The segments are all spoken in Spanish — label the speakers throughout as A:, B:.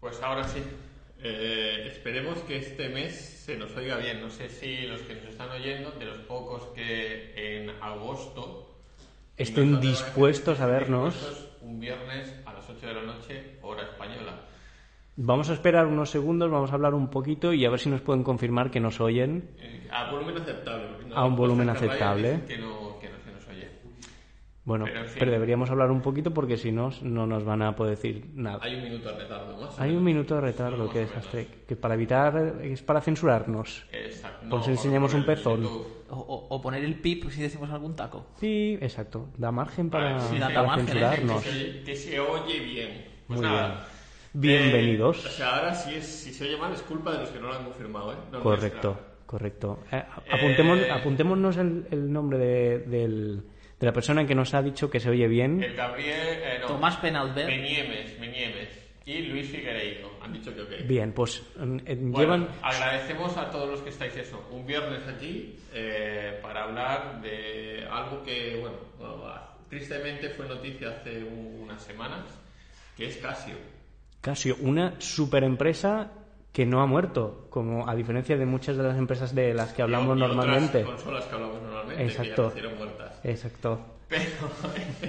A: pues ahora sí. Eh, esperemos que este mes se nos oiga bien. No sé si los que nos están oyendo, de los pocos que en agosto
B: Estén
A: nos
B: dispuestos a
A: estén
B: vernos.
A: dispuestos Un viernes a las 8 de la noche, hora española.
B: Vamos a esperar unos segundos, vamos a hablar un poquito y a ver si nos pueden confirmar que nos oyen.
A: Eh, A volumen aceptable. porque no-
B: A un volumen
A: cosas que
B: aceptable.
A: rayan dicen Que no, que no se nos oye.
B: Bueno,
A: Pero, en
B: pero,
A: fin.
B: deberíamos hablar un poquito porque si no, no nos van a poder decir nada.
A: Hay un minuto de retardo más. o
B: Hay un
A: menos.
B: minuto de
A: Más
B: retardo,
A: o
B: qué
A: menos.
B: desastre. Que para evitar, es para censurarnos.
A: Exacto.
B: Pues
A: por-
B: enseñamos
A: por el
B: un pezón.
A: YouTube.
C: O, o- o poner el pip si decimos algún taco.
B: Sí, exacto. Da margen para,
A: Ah, sí,
C: Da
A: sí,
B: para
C: margen, ¿eh?
B: censurarnos.
A: Que se, oye- que se oye bien. Pues
B: Muy
A: nada.
B: bien.
A: Eh,
B: Bienvenidos.
A: o sea, ahora si, es, si se oye mal es culpa de los que no lo han confirmado, ¿eh? No es
B: Correcto,
A: nuestra.
B: correcto. Eh, a-
A: Eh,
B: apuntemos- apuntémonos el, el nombre de, del- de la persona que nos ha dicho que se oye bien.
A: El Gabriel... eh, no.
C: Tomás Penalver.
A: Meniemes, Meniemes. Y Luis Figueiredo. Han dicho que ok.
B: Bien, pues mm, eh,
A: Bueno,
B: llevan
A: agradecemos a todos los que estáis eso, un viernes aquí eh, para hablar de algo que, bueno, ah, tristemente fue noticia hace un- unas semanas, que es Casio.
B: casi una superempresa que no ha muerto, como a diferencia de muchas de las empresas de las que hablamos
A: Y- y otras
B: normalmente.
A: consolas que hablamos normalmente, que ya
B: Exacto.
A: nacieron muertas.
B: Exacto.
A: Pero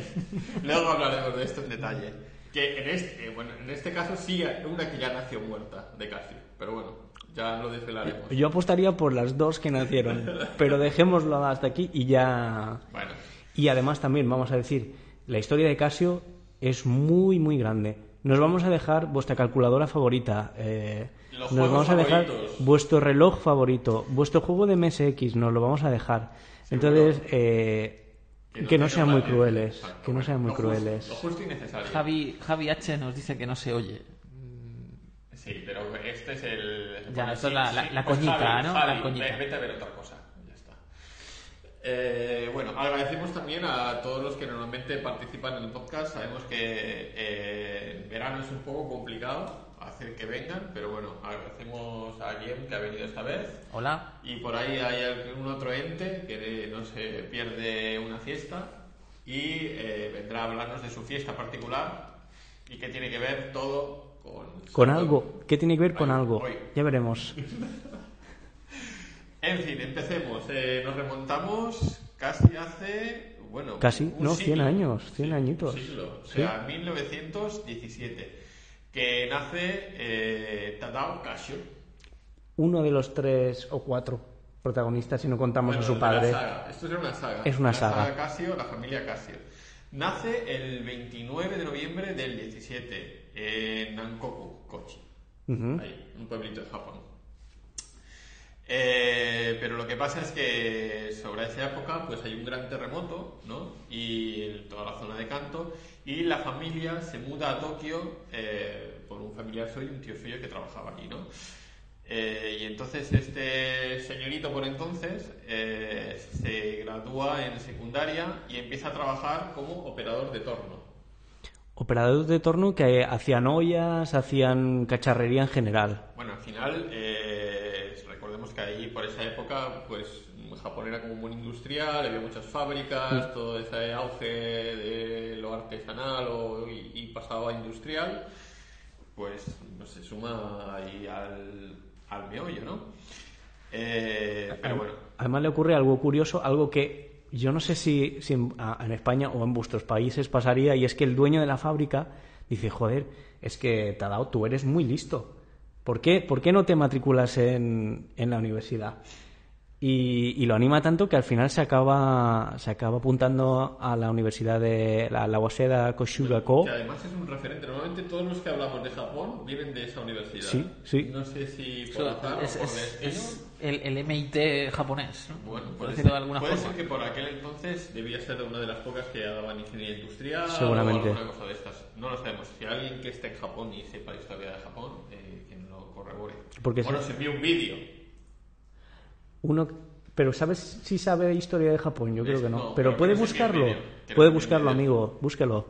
A: luego hablaremos de esto en detalle. Que en este, eh, bueno, en este caso sí hay una que ya nació muerta de Casio. Pero bueno, ya lo desvelaremos.
B: Yo apostaría por las dos que nacieron, pero dejémoslo hasta aquí y ya
A: Bueno,
B: Y además también vamos a decir, la historia de Casio es muy, muy grande. Nos vamos a dejar vuestra calculadora favorita. eh,
A: Los
B: nos
A: juegos
B: vamos a dejar
A: favoritos.
B: vuestro reloj favorito, vuestro juego de MSX, nos lo vamos a dejar. Entonces, eh,
A: que
B: que,
A: no tengan
B: no sean muy
A: valor.
B: crueles.
A: Exacto,
B: Que no
A: bueno,
B: sean muy
A: lo justo-
B: crueles.
A: Lo justo y necesario.
C: Javi, Javi H nos dice que no se oye.
A: Sí, pero este es el.
C: Ya, esto es la- la- la coñita,
A: pues Javi,
C: ¿no?
A: Javi,
C: La coñita.
A: ve- Vete a ver otra cosa. Ya está. Eh, bueno, agradecemos también a todos los que normalmente participan en el podcast. Sabemos que eh, el verano es un poco complicado hacer que vengan, pero bueno, agradecemos a Jem que ha venido esta vez.
C: Hola.
A: Y por ahí hay algún otro ente que eh, no se pierde una fiesta y eh, vendrá a hablarnos de su fiesta particular y que tiene que ver todo con...
B: Con algo. ¿Qué tiene que ver con
A: Ahí,
B: algo?
A: voy.
B: Ya veremos.
A: En fin, empecemos. Eh, nos remontamos casi hace. Bueno,
B: Casi,
A: un
B: no,
A: siglo.
B: 100 años, 100 añitos.
A: Un siglo, o
B: Sí.
A: sea, 1917. Que nace eh, Tadao Casio.
B: Uno de los tres o cuatro protagonistas, si no contamos
A: Bueno,
B: a su
A: de
B: padre.
A: la saga. Esto es una saga.
B: Es una
A: La
B: saga.
A: Casio, la familia Casio. Nace el 29 de noviembre del 17 en Nankoku, Kochi.
B: Ujú.
A: Ahí, un pueblito de Japón. Eh, pero lo que pasa es que sobre esa época pues hay un gran terremoto, ¿no? Y en toda la zona de Kanto. Y la familia se muda a Tokio eh, por un familiar suyo, un tío suyo que trabajaba allí, ¿no? Eh, y entonces este señorito por entonces eh, se gradúa en secundaria y empieza a trabajar como operador de torno.
B: Operadores de torno que hacían ollas, hacían cacharrería en general.
A: Bueno, al final, eh, recordemos que ahí por esa época, pues Japón era como muy industrial, había muchas fábricas, todo ese auge de lo artesanal o- y, y pasado a industrial, pues no se suma ahí al, al meollo, ¿no? Eh, pero bueno,
B: Además le ocurre algo curioso, algo que yo no sé si, si en, a- en España o en vuestros países pasaría, y es que el dueño de la fábrica dice, joder, es que Tadao, tú eres muy listo. ¿Por qué, por qué no te matriculas en, en la universidad? Y, y lo anima tanto que al final se acaba, se acaba apuntando a la universidad de la, la Waseda Koshuga Ko.
A: que además es un referente. Normalmente todos los que hablamos de Japón vienen de esa universidad.
B: Sí, sí.
A: No sé si por azar
C: es,
A: o por
C: es-
A: destino.
C: es el, el MIT japonés, ¿no?
A: Bueno,
C: por
A: puede
C: decirlo
A: ser-
C: de alguna
A: puede
C: forma.
A: ser que por aquel entonces debía ser una de las pocas que daban ingeniería industrial
B: Seguramente.
A: o alguna cosa de estas. No lo sabemos. Si alguien que esté en Japón y sepa historia de Japón, eh, que nos lo corrobore.
B: Porque
A: o
B: sí.
A: nos envíe un vídeo.
B: Uno, pero ¿sabes si sabe de historia de Japón? Yo creo que no.
A: No,
B: pero
A: creo
B: puede
A: que no sé quién
B: buscarlo.
A: viene. Creo
B: Puede
A: que
B: buscarlo,
A: viene.
B: amigo. Búsquelo.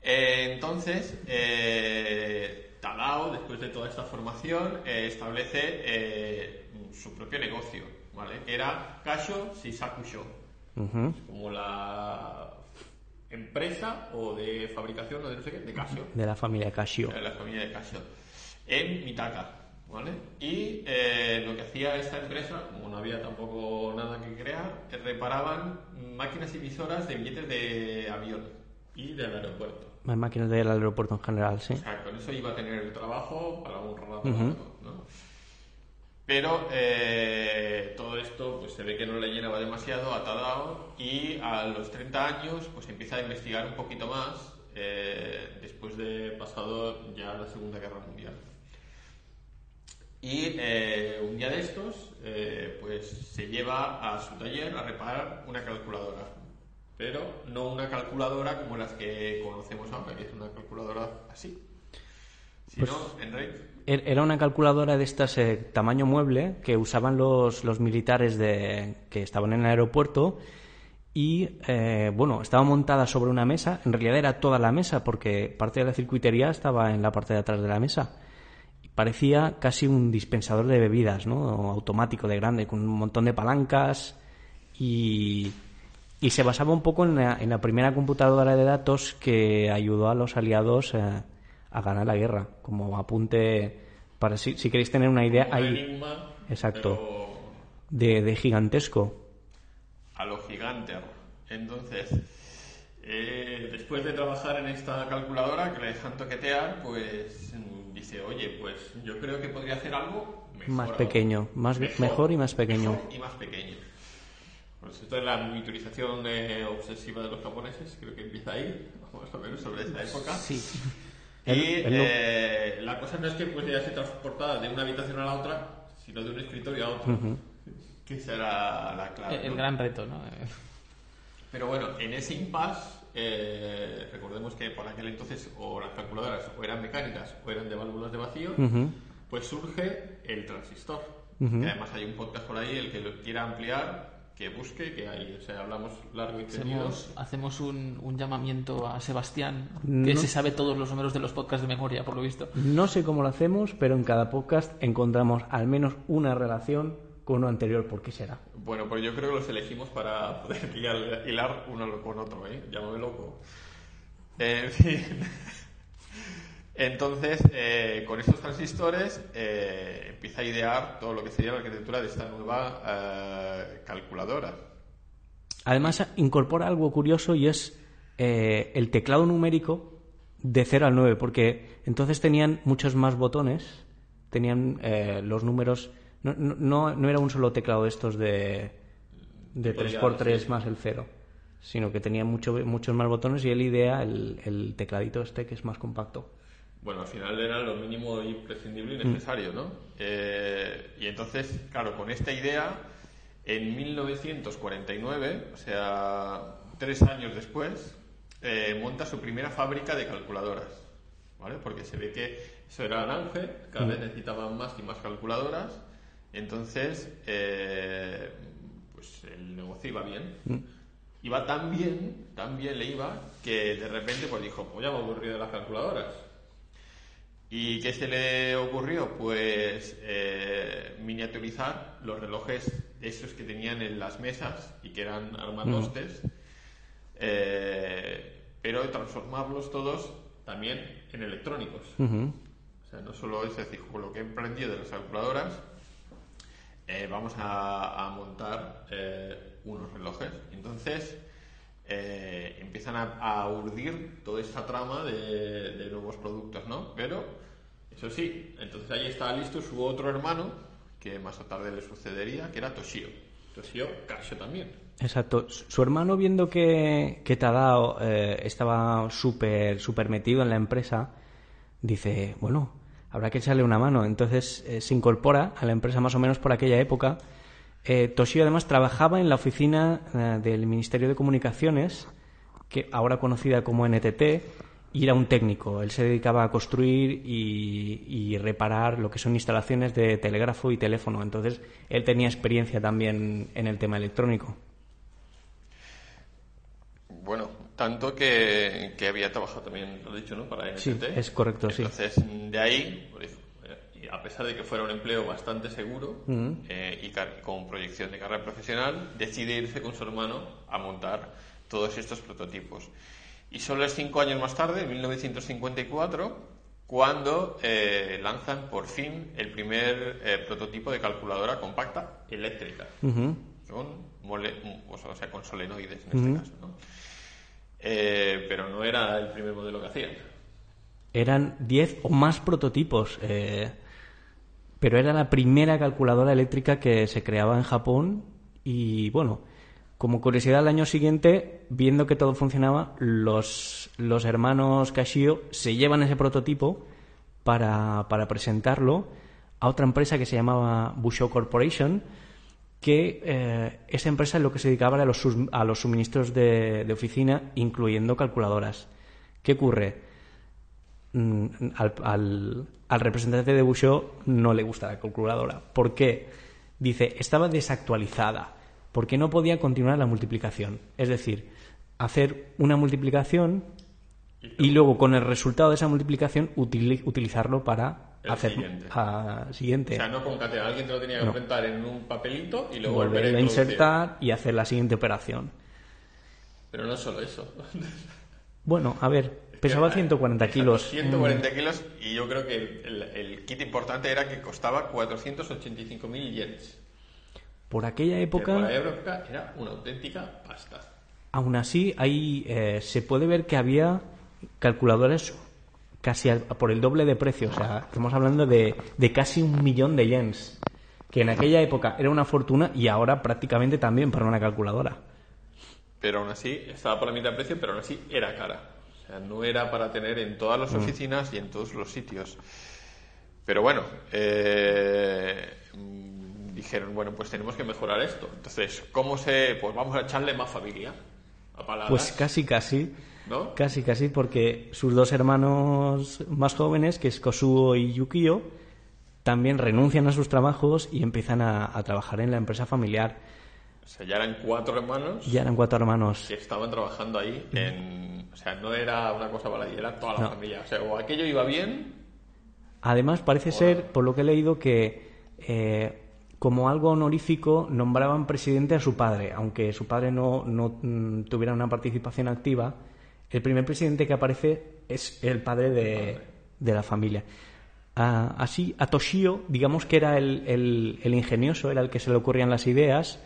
A: Eh, entonces, eh, Tadao, después de toda esta formación, eh, establece eh, su propio negocio, ¿vale? Que era Kasho Shisakusho.
B: Ujú.
A: como la empresa o de fabricación o de no sé qué, de Casio.
B: de la familia Casio.
A: de la familia de Casio, en Mitaka, ¿vale? Y eh, lo que hacía esta empresa, como no había tampoco nada que crear, reparaban máquinas emisoras de billetes de avión y del aeropuerto.
B: Las máquinas del aeropuerto en general, sí.
A: O sea, con eso iba a tener el trabajo para un rato,
B: Ujú.
A: ¿no? Pero eh, todo esto pues se ve que no le llenaba demasiado a Tadao y a los 30 años pues empieza a investigar un poquito más eh, después de pasado ya la Segunda Guerra Mundial. Y eh, un día de estos eh, pues se lleva a su taller a reparar una calculadora. Pero no una calculadora como las que conocemos ahora, que es una calculadora así. Sino, Enric,
B: Er- Era una calculadora de estas eh, tamaño mueble que usaban los, los militares de, que estaban en el aeropuerto y, eh, bueno, estaba montada sobre una mesa. En realidad era toda la mesa porque parte de la circuitería estaba en la parte de atrás de la mesa. Parecía casi un dispensador de bebidas, ¿no? Automático de grande, con un montón de palancas y, y se basaba un poco en la, en la primera computadora de datos que ayudó a los aliados eh, a ganar la guerra, como apunte para si, si queréis tener una idea
A: un
B: ahí
A: enigma,
B: Exacto.
A: pero
B: de, de gigantesco.
A: a lo gigante. Entonces, eh, después de trabajar en esta calculadora que le dejan toquetear, pues mm, dice, oye, pues yo creo que podría hacer algo mejor
B: Más
A: ahora".
B: pequeño, más- mejor y más pequeño.
A: mejor y más pequeño. Pues esto es la monitorización eh, obsesiva de los japoneses, creo que empieza ahí, más o menos sobre esta época.
C: Sí.
A: Y
B: El- el-
A: eh, la cosa no es que pues, ella se transportada de una habitación a la otra, sino de un escritorio a otro. Que será la clave.
C: El, el
A: ¿no?
C: gran reto, ¿no? Eh,
A: Pero bueno, en ese impasse, eh, recordemos que por aquel entonces o las calculadoras o eran mecánicas o eran de válvulas de vacío,
B: Ujú.
A: pues surge el transistor.
B: Ujú.
A: Que además hay un podcast por ahí, el que lo quiera ampliar, que busque, que ahí o sea, hablamos largo y tendido.
C: Hacemos, hacemos un, un llamamiento a Sebastián, que
B: No.
C: se sabe todos los números de los podcasts de memoria, por lo visto.
B: No sé cómo lo hacemos, pero en cada podcast encontramos al menos una relación con uno anterior. ¿Por qué será?
A: Bueno, pues yo creo que los elegimos para poder hilar, hilar uno con otro, ¿eh? Llámame loco. Eh, En fin. Entonces, eh, con estos transistores eh, empieza a idear todo lo que sería la arquitectura de esta nueva eh, calculadora.
B: Además, incorpora algo curioso y es eh, el teclado numérico de 0 al 9, porque entonces tenían muchos más botones, tenían eh, los números. No, no- no, no era un solo teclado de estos de, de
A: Podría,
B: 3x3
A: sí.
B: más el 0, sino que tenía mucho- muchos más botones y él idea el, el tecladito este que es más compacto.
A: Bueno, al final era lo mínimo imprescindible y necesario, ¿no? Eh, y entonces, claro, con esta idea, en 1949, o sea, tres años después, eh, monta su primera fábrica de calculadoras, ¿vale? Porque se ve que eso era el auge, cada vez necesitaban más y más calculadoras, entonces, eh, pues el negocio iba bien. Iba tan bien, tan bien le iba, que de repente pues dijo, pues ya me he aburrido de las calculadoras. ¿Y qué se le ocurrió? Pues eh, miniaturizar los relojes esos que tenían en las mesas y que eran armatostes, eh, pero transformarlos todos también en electrónicos.
B: Ujú.
A: O sea, no solo es decir, con lo que he emprendido de las calculadoras, eh, vamos a, a montar eh, unos relojes. Entonces eh, empiezan a, a urdir toda esta trama de, de nuevos productos, ¿no? Pero eso sí, entonces ahí está listo su otro hermano, que más tarde le sucedería, que era Toshio. Toshio Casio también.
B: Exacto. Su su hermano, viendo que, que Tadao eh, estaba súper súper metido en la empresa, dice, bueno, habrá que echarle una mano. Entonces eh, se incorpora a la empresa más o menos por aquella época. Eh, Toshio además trabajaba en la oficina eh, del Ministerio de Comunicaciones, que ahora conocida como NTT, y era un técnico. Él se dedicaba a construir y, y reparar lo que son instalaciones de telégrafo y teléfono. Entonces él tenía experiencia también en el tema electrónico.
A: Bueno, tanto que, que había trabajado también, lo he dicho, ¿no? Para NTT.
B: Sí, es correcto, sí.
A: Entonces, mm, de ahí, por eso, eh, y a pesar de que fuera un empleo bastante seguro eh, y car- con proyección de carrera profesional, decide irse con su hermano a montar todos estos prototipos. Y solo es cinco años más tarde, en 1954, cuando eh, lanzan por fin el primer eh, prototipo de calculadora compacta eléctrica,
B: Ujú.
A: con, mole- o sea, o sea, con solenoides en
B: Ujú.
A: este caso. ¿no? Eh, pero no era el primer modelo que hacían.
B: Eran 10 o más prototipos. eh, pero era la primera calculadora eléctrica que se creaba en Japón. Y bueno, como curiosidad, al año siguiente, viendo que todo funcionaba, los, los hermanos Kashio se llevan ese prototipo para, para presentarlo a otra empresa que se llamaba Busho Corporation que eh, esa empresa lo que se dedicaba era a los, sus- a los suministros de, de oficina, incluyendo calculadoras. ¿Qué ocurre? Mm, al, al- al representante de Busho no le gusta la calculadora. ¿Por qué? Dice, estaba desactualizada, porque no podía continuar la multiplicación. Es decir, hacer una multiplicación y luego con el resultado de esa multiplicación utili- utilizarlo para
A: El
B: hacer
A: siguiente.
B: a-
A: O
B: siguiente
A: sea, no concatenar, alguien te lo tenía que
B: No.
A: enfrentar en un papelito y luego volver
B: volver a
A: introducir.
B: insertar y hacer la siguiente operación.
A: Pero no solo eso.
B: Bueno, a ver, pesaba 140 kilos. Mm.
A: 140 kilos y yo creo que el, el kit importante era que costaba 485.000 yenes.
B: Por aquella
A: Que por la
B: época,
A: época era una auténtica pasta.
B: aún así, ahí eh, se puede ver que había calculadores casi al- por el doble de precio. O sea, estamos hablando de, de casi un millón de yens, que en aquella época era una fortuna y ahora prácticamente también para una calculadora.
A: Pero aún así, estaba por la mitad de precio, pero aún así era cara. O sea, no era para tener en todas
B: Mm.
A: las oficinas y en todos los sitios. Pero bueno, eh, mm, dijeron, bueno, pues tenemos que mejorar esto. Entonces, ¿cómo se...? Pues vamos a echarle más familia. A palabras,
B: Pues casi, casi.
A: ¿no?
B: Casi, casi, porque sus dos hermanos más jóvenes, que es Kosuo y Yukio, también renuncian a sus trabajos y empiezan a, a trabajar en la empresa familiar.
A: O sea, ya eran cuatro hermanos
B: Ya eran cuatro hermanos.
A: que estaban trabajando ahí en... O sea, no era una cosa para ella, era toda la
B: No.
A: familia. O sea, o aquello iba bien,
B: Además, parece ser, por lo que he leído, que eh, como algo honorífico nombraban presidente a su padre, aunque su padre no, no, mm, tuviera una participación activa. El primer presidente que aparece es el padre de, de la familia. A- así, a Toshio, digamos que era el, el- el ingenioso, era el que se le ocurrían las ideas.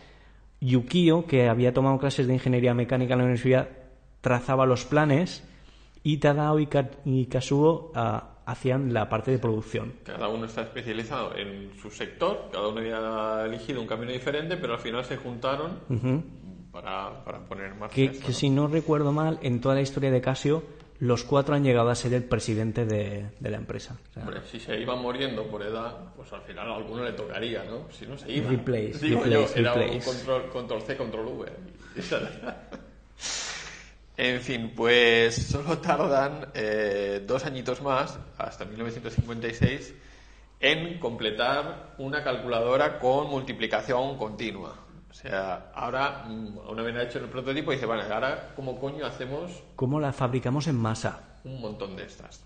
B: Yukio, que había tomado clases de ingeniería mecánica en la universidad, trazaba los planes. Y Tadao y, Ka- y Kazuo ah, hacían la parte de producción.
A: cada uno está especializado en su sector, cada uno había elegido un camino diferente, pero al final se juntaron
B: Ujú.
A: para, para poner en marcha
B: Que,
A: eso,
B: que
A: ¿no?
B: si no recuerdo mal, en toda la historia de Casio, los cuatro han llegado a ser el presidente de, de la empresa. O sea,
A: Hombre, si se iba muriendo por edad, pues al final a alguno le tocaría, ¿no? Si no se iba.
B: Replace,
A: Digo
B: replace,
A: yo, era un
B: replace.
A: control, control C, control V. en fin, pues solo tardan eh, dos añitos más, hasta 1956, en completar una calculadora con multiplicación continua. O sea, ahora, mm, una vez hecho el prototipo, dice, vale, ahora, ¿cómo coño hacemos
B: ¿Cómo la fabricamos en masa?
A: un montón de estas.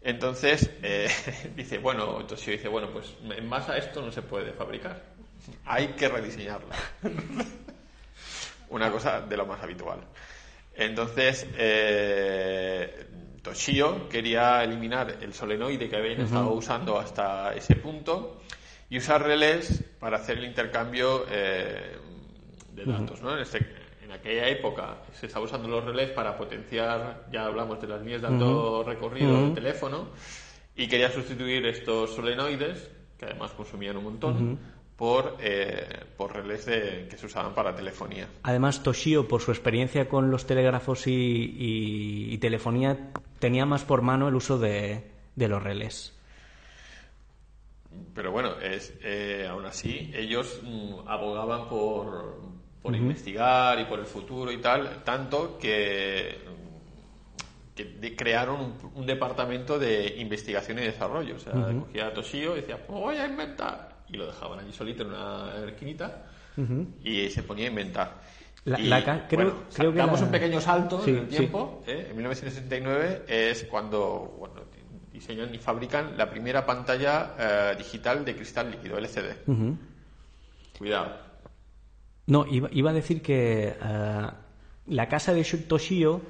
A: Entonces, eh, dice, bueno, Toshio dice, bueno, pues en masa esto no se puede fabricar. Hay que rediseñarla. Una cosa de lo más habitual. Entonces, eh, Toshio quería eliminar el solenoide que habían estado usando hasta ese punto y usar relés para hacer el intercambio eh, de datos. ¿no? En, este- en aquella época se estaba usando los relés para potenciar, ya hablamos de las líneas de alto recorrido del teléfono, y quería sustituir estos solenoides, que además consumían un montón, por, eh, por relés de- que se usaban para telefonía.
B: Además, Toshio, por su experiencia con los telégrafos y, y- y telefonía, tenía más por mano el uso de, de los relés.
A: Pero bueno, es, eh, aún así, ellos mm, abogaban por, por investigar y por el futuro y tal, tanto que, mm, que de- crearon un, un departamento de investigación y desarrollo. O sea, cogía a Toshio y decía, "Pues voy a inventar. Y lo dejaban allí solito en una esquinita y se ponía a inventar.
B: La-
A: Y,
B: la ca- creo-
A: bueno,
B: creo que
A: saltamos
B: la-
A: un pequeño salto
B: Sí,
A: en el
B: sí.
A: tiempo. ¿eh? En 1969 es cuando bueno, diseñan y fabrican la primera pantalla eh, digital de cristal líquido, LCD.
B: Ujú.
A: Cuidado.
B: No, iba, iba a decir que eh, la casa de Shu- Toshio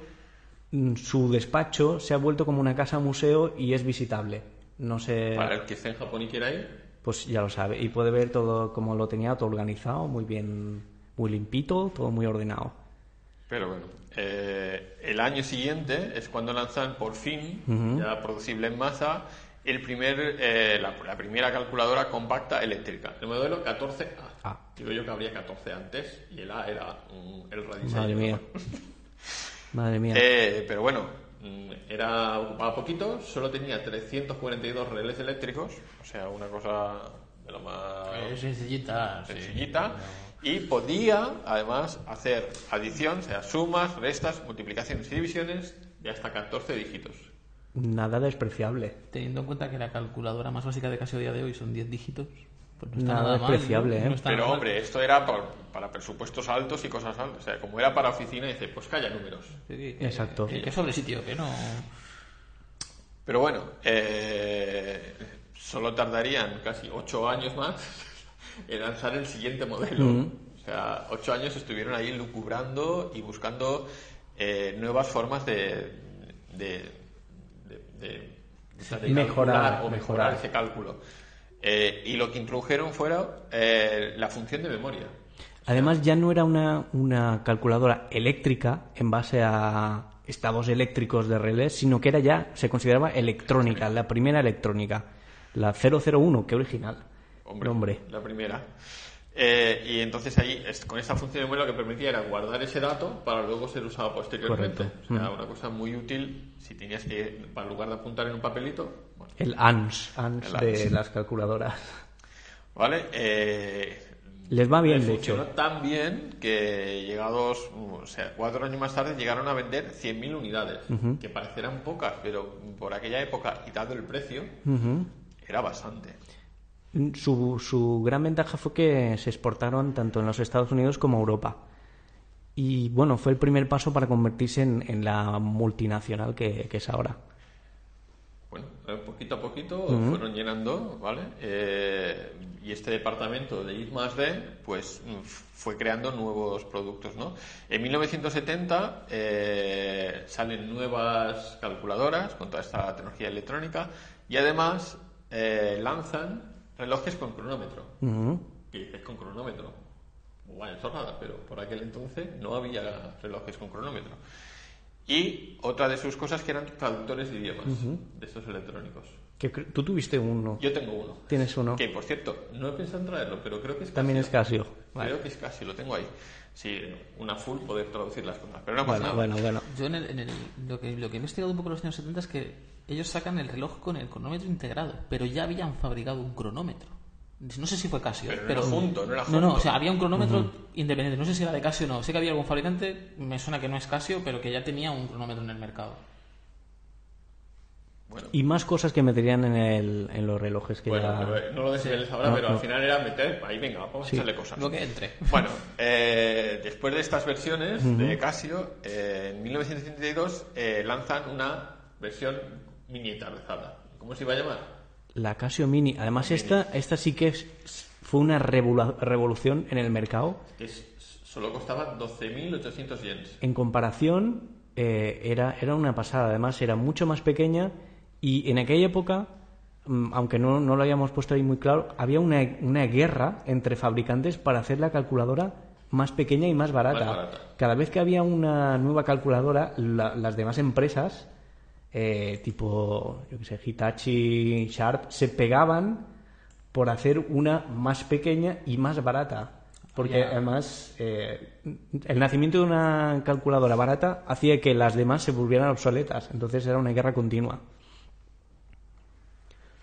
B: mm, su despacho se ha vuelto como una casa museo y es visitable. No sé,
A: Para el que esté en Japón y quiera ir.
B: pues ya lo sabe. Y puede ver todo como lo tenía, todo organizado, muy bien, muy limpito, todo muy ordenado.
A: Pero bueno, eh, el año siguiente es cuando lanzan por fin, ya producible en masa, el primer, eh, la, la primera calculadora compacta eléctrica, el modelo 14A.
B: Ah.
A: Digo yo que habría 14 antes y el A era mm, el rediseño.
B: Madre mía. Madre mía.
A: Eh, pero bueno, mm, era ocupaba poquito, solo tenía 342 relés eléctricos, o sea, una cosa de lo más
D: Es sencillita. sí.
A: sencillita. Y podía, además, hacer adición, o sea, sumas, restas, multiplicaciones y divisiones de hasta 14 dígitos.
B: Nada despreciable.
C: Teniendo en cuenta que la calculadora más básica de casi a día de hoy son 10 dígitos, pues no está
B: Nada
C: nada, mal,
B: despreciable,
C: ¿no?
B: ¿eh?
C: No está
A: Pero,
C: nada mal.
A: hombre, esto era por- para presupuestos altos y cosas altas. O sea, como era para oficina, dice, pues calla números.
C: Sí, sí, que-
B: Exacto.
C: Que, que eh, sobre sitio, que no.
A: Pero bueno, eh, solo tardarían casi ocho años más en lanzar el siguiente modelo. O sea, ocho años estuvieron ahí lucubrando y buscando eh, nuevas formas de, de, de- de- o sea, de
B: Mejorar,
A: calcular o mejorar,
B: mejorar.
A: ese cálculo. Eh, y lo que introdujeron fuera eh, la función de memoria.
B: Además, ya no era una, una calculadora eléctrica en base a estados eléctricos de relés, sino que era ya, se consideraba electrónica, la primera electrónica, la 001, qué original.
A: Hombre,
B: Nombre.
A: la primera. Eh, y entonces ahí, es- con esta función de memoria, lo que permitía era guardar ese dato para luego ser usado posteriormente.
B: Correcto.
A: O sea,
B: Mm.
A: una cosa muy útil si tenías que, para lugar de apuntar en un papelito, bueno,
B: El ANS, ANS
A: El
B: de
A: ANS.
B: las calculadoras.
A: ¿vale? Eh,
B: Les va bien,
A: les
B: de
A: funcionó
B: hecho.
A: tan bien que llegados, mm, o sea, cuatro años más tarde llegaron a vender 100.000 unidades, que parecerán pocas, pero por aquella época y dado el precio, era bastante.
B: Su, su gran ventaja fue que se exportaron tanto en los Estados Unidos como Europa. Y bueno, fue el primer paso para convertirse en, en la multinacional que, que es ahora.
A: Bueno, eh, poquito a poquito fueron llenando, ¿vale? Eh, y este departamento de I más D, pues mm, f- fue creando nuevos productos, ¿no? En 1970 eh, salen nuevas calculadoras con toda esta tecnología electrónica y además eh, lanzan relojes con cronómetro.
B: Ujú.
A: Y dices, con cronómetro. Guay, zorrada, pero por aquel entonces no había relojes con cronómetro. Y otra de sus cosas que eran traductores de idiomas, de estos electrónicos.
B: Que cre- tú tuviste uno.
A: Yo tengo uno.
B: Tienes uno.
A: Que, por cierto, no he pensado en traerlo, pero creo que es
B: También es
A: Casio.
B: Casio.
A: Creo que es casi, lo tengo ahí. Sí, una full poder traducir las cosas, pero no pasa
B: Bueno,
A: nada.
B: bueno, bueno.
C: Yo en el, en el- lo, que, lo que he investigado un poco en los años 70 es que ellos sacan el reloj con el cronómetro integrado, pero ya habían fabricado un cronómetro. No sé si fue Casio,
A: Pero no
C: pero,
A: era junto, no era
C: No,
A: junto.
C: o sea, había un cronómetro independiente. No sé si era de Casio o no. Sé que había algún fabricante, me suena que no es Casio, pero que ya tenía un cronómetro en el mercado.
A: Bueno,
B: Y más cosas que meterían en, el, en los relojes que
A: bueno,
B: ya-
A: pero eh, no lo desveles ahora,
B: No,
A: pero
B: no.
A: al final era meter, ahí venga, vamos a echarle cosas.
C: Lo que entre.
A: Bueno, eh, después de estas versiones de Casio, eh, en 1972 eh, lanzan una versión miniaturizada. ¿Cómo se iba a llamar?
B: La Casio Mini. Además, esta, esta sí que es- fue una revolu- revolución en el mercado.
A: Que es- solo costaba 12.800 yens.
B: En comparación, eh, era, era una pasada. Además, era mucho más pequeña y en aquella época, mm, aunque no, no lo hayamos puesto ahí muy claro, había una, una guerra entre fabricantes para hacer la calculadora más pequeña y más barata.
A: Más barata.
B: Cada vez que había una nueva calculadora, la- las demás empresas, eh, tipo, yo qué sé, Hitachi, Sharp, se pegaban por hacer una más pequeña y más barata. Porque
C: Había-
B: además, eh, el nacimiento de una calculadora barata hacía que las demás se volvieran obsoletas. Entonces era una guerra continua.